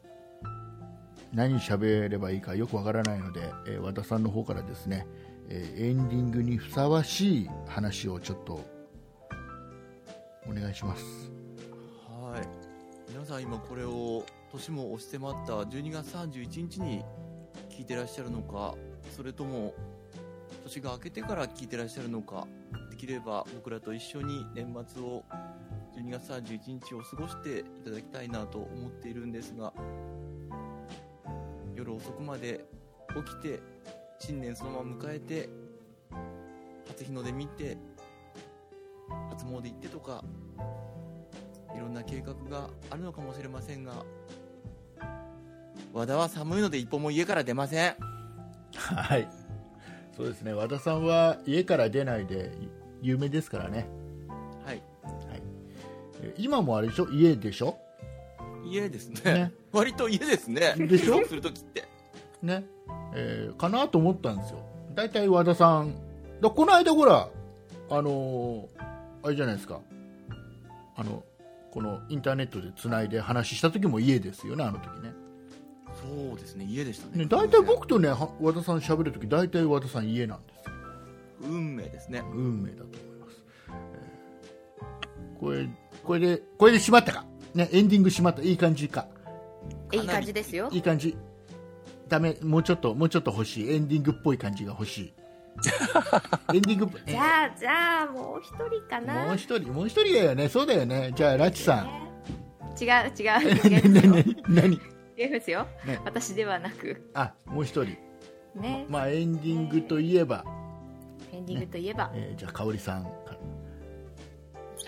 Speaker 2: 何喋ればいいかよくわからないので、えー和田さんの方からですね、えーエンディングにふさわしい話をちょっとお願いします。
Speaker 5: はい皆さん今これを年も押して待った12月31日に聞いてらっしゃるのかそれとも年が明けてから聞いてらっしゃるのかできれば僕らと一緒に年末を12月31日を過ごしていただきたいなと思っているんですが夜遅くまで起きて新年そのまま迎えて初日の出見て初詣行ってとかいろんな計画があるのかもしれませんが和田は寒いので一歩も家から出ません
Speaker 2: はい。そうですね。和田さんは家から出ないで、有名ですからね
Speaker 5: はい。
Speaker 2: え今もあれでしょ家でしょ
Speaker 5: 家ですね。
Speaker 2: ね
Speaker 5: *laughs* 割と家ですね。
Speaker 2: でしょ
Speaker 5: 帰国するときって。
Speaker 2: ね、えーかなと思ったんですよ大体和田さんだこの間ほらあのーあれじゃないですかあのこのインターネットでつないで話した時も家ですよねあの時ね
Speaker 5: そうですね、家でした
Speaker 2: ね
Speaker 5: ね。
Speaker 2: 大体僕とねは和田さん喋る時大体和田さん家なんですよ
Speaker 5: 運命ですね。
Speaker 2: 運命だと思います、えーこれこれでこれでしまったかねエンディングしまったいい感じか
Speaker 3: いい感じですよ
Speaker 2: いい感じダメもうちょっともうちょっと欲しいエンディングっぽい感じが欲しいエンディングっぽい
Speaker 3: じゃあじゃあもう一人かな
Speaker 2: もう一人もう一人だよねそうだよねじゃあラチさん
Speaker 3: 違う違う違いますよ
Speaker 2: *laughs* 何
Speaker 3: 違いますよ、
Speaker 2: ね
Speaker 3: 私ではなく
Speaker 2: あもう一人
Speaker 3: ね
Speaker 2: まあエンディングといえば、
Speaker 3: エンディングといえば、
Speaker 2: えーじゃあ香織さんから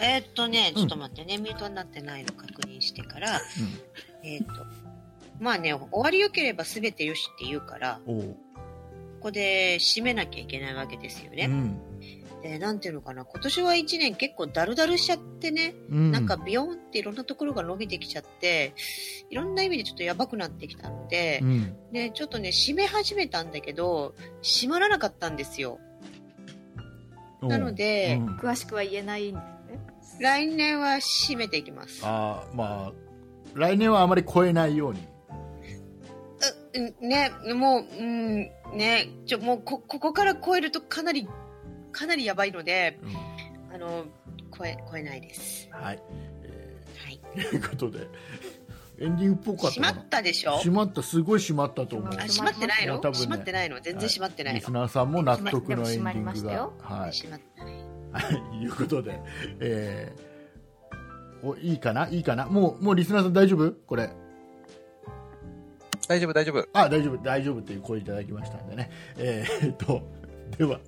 Speaker 6: えーっとね、ちょっと待ってね、ミュートになってないの確認してから、えーっと、まあね、終わりよければ全てよしって言うから、
Speaker 2: おう
Speaker 6: ここで締めなきゃいけないわけですよ
Speaker 2: う
Speaker 6: ね。
Speaker 2: ん
Speaker 6: で、なんていうのかな、今年は一年結構ダルダルしちゃってね、
Speaker 2: うん
Speaker 6: なんかビヨーンっていろんなところが伸びてきちゃって、いろんな意味でちょっとやばくなってきたので
Speaker 2: う、ん
Speaker 6: ね、ちょっとね、締め始めたんだけど、締まらなかったんですよ。
Speaker 2: おう
Speaker 6: なので
Speaker 2: うん
Speaker 3: 詳しくは言えないんですね
Speaker 6: 来年は締めていきます。
Speaker 2: あーまあ来年はあまり超えないように
Speaker 6: うね、もう、うん、ね、ちょ、もうこ、ここから超えるとかなり、かなりやばいので、
Speaker 2: うん
Speaker 6: あの、超え、超えないです。
Speaker 2: はい、え
Speaker 6: はい。
Speaker 2: ーということで *laughs* エンディングっぽかった
Speaker 6: 閉ま
Speaker 2: かな
Speaker 6: ったでしょ
Speaker 2: 閉まったすごい閉まったと思う
Speaker 6: あ、
Speaker 3: 閉
Speaker 6: 閉まってないの
Speaker 2: もう多分ね
Speaker 6: 閉まってないの全然閉まってない
Speaker 2: リ
Speaker 6: の。
Speaker 2: スナーさんも納得のエンディング
Speaker 3: でも閉まりました
Speaker 2: が
Speaker 3: よ
Speaker 2: はい
Speaker 6: 閉まってない。
Speaker 2: はい、いう *laughs* ことで、えーおいいかないいかなもうもうリスナーさん大丈夫これ
Speaker 4: 大丈夫、大丈夫。
Speaker 2: あ大丈夫大丈夫っていう声いただきましたんでねえー *laughs* えっとでは、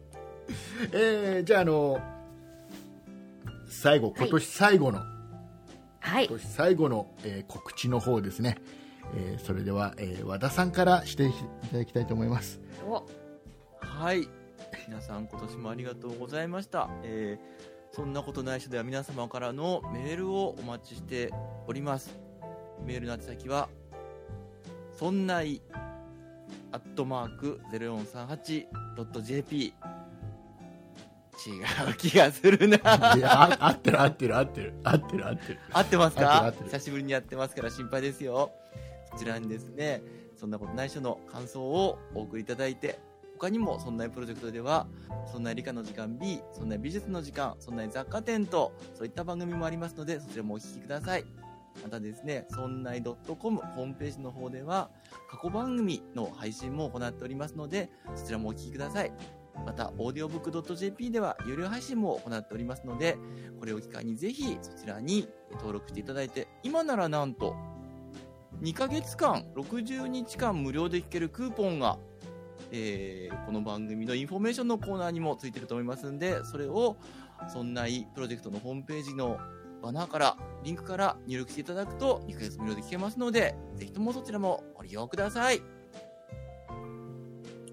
Speaker 2: えーじゃああの最後今年最後の、
Speaker 3: はい
Speaker 2: 今年最後の、えー告知の方ですね、えーそれでは、えー和田さんからしていただきたいと思い
Speaker 5: *laughs*
Speaker 2: ます
Speaker 3: お
Speaker 5: はい。皆さん今年もありがとうございました。えーそんなことない人では皆様からのメールをお待ちしております。メールの宛先は、そんない、アットマーク 0438.jp。違う気がするな。
Speaker 2: いやあ合ってる合ってる合ってる合ってる合ってる
Speaker 5: 合ってます
Speaker 2: 合ってる
Speaker 5: か
Speaker 2: 合ってる
Speaker 5: 久しぶりにやってますから心配ですよ。そちらにですね、そんなことない人の感想をお送りいただいて、他にもそんなプロジェクトでは、そんな理科の時間 B、そんな美術の時間、そんな雑貨店と、そういった番組もありますので、そちらもお聞きください。またですね、そんない .com ホームページの方では、過去番組の配信も行っておりますので、そちらもお聞きください。また、オーディオブック .jp では有料配信も行っておりますので、これを機会にぜひそちらに登録していただいて、今ならなんと、2ヶ月間、60日間無料で聴けるクーポンが、えーこの番組のインフォメーションのコーナーにもついてると思いますんで、それを、そんないプロジェクトのホームページのバナーから、リンクから入力していただくと、2ヶ月無料で聴けますので、ぜひともそちらもご利用ください。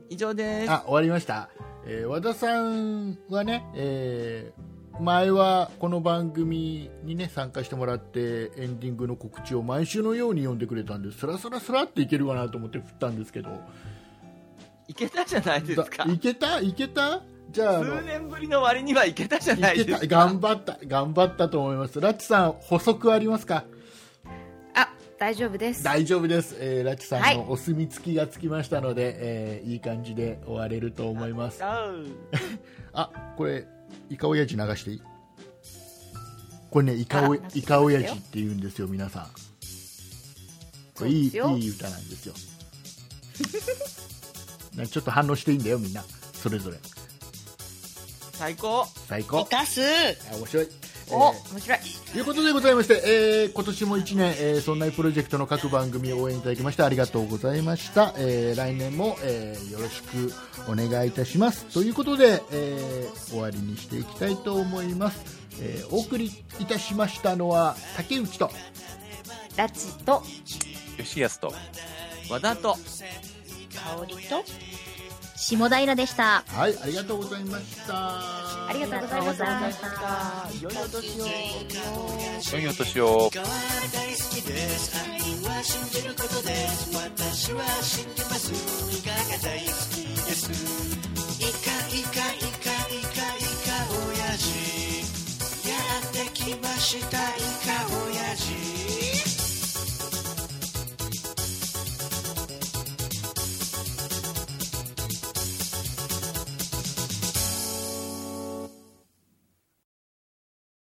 Speaker 5: 以上です。
Speaker 2: あ終わりました、えー和田さんはね、えー前はこの番組にね参加してもらってエンディングの告知を毎週のように読んでくれたんでスラスラスラっていけるかなと思って振ったんですけど
Speaker 5: いけたじゃないですか
Speaker 2: だ。いけたいけたじゃああの
Speaker 5: 数年ぶりの割にはいけたじゃない
Speaker 2: いけ
Speaker 5: で
Speaker 2: た
Speaker 5: すか。
Speaker 2: 頑張った頑張ったと思いますラッチさん補足ありますか
Speaker 3: あ大丈夫です
Speaker 2: 大丈夫です、えーラッチさ
Speaker 3: は
Speaker 2: ん
Speaker 3: い
Speaker 2: のお墨付きがつきましたので、えーいい感じで終われると思います
Speaker 5: うん
Speaker 2: *laughs* あこれイカオヤジ流していいこれねイカお
Speaker 3: あ
Speaker 2: イカオヤジって言うんですよ皆さんこれいいい
Speaker 3: そうです
Speaker 2: い
Speaker 3: よ
Speaker 2: 歌なんですよ *laughs* なちょっと反応していいんだよみんなそれぞれ
Speaker 5: 最高
Speaker 2: 最高
Speaker 6: 出す
Speaker 2: あ面白い
Speaker 3: お
Speaker 2: えー
Speaker 3: 面白い
Speaker 2: ということでございまして、えー今年も1年、えー、そんなプロジェクトの各番組を応援いただきましてありがとうございました、えー来年も、えーよろしくお願いいたしますということで、えー終わりにしていきたいと思います、えーお送りいたしましたのは竹内と
Speaker 3: ラチと
Speaker 4: 吉安と。
Speaker 5: 和田と
Speaker 6: 香りと
Speaker 7: 下平でした。
Speaker 2: はいありがとうございました
Speaker 3: ありがとうございまし
Speaker 7: ありがとうございま
Speaker 3: た
Speaker 7: した
Speaker 5: 良いお年を。
Speaker 4: 良いお年を。
Speaker 1: 私は信じますイカが大好きですイカイカイカ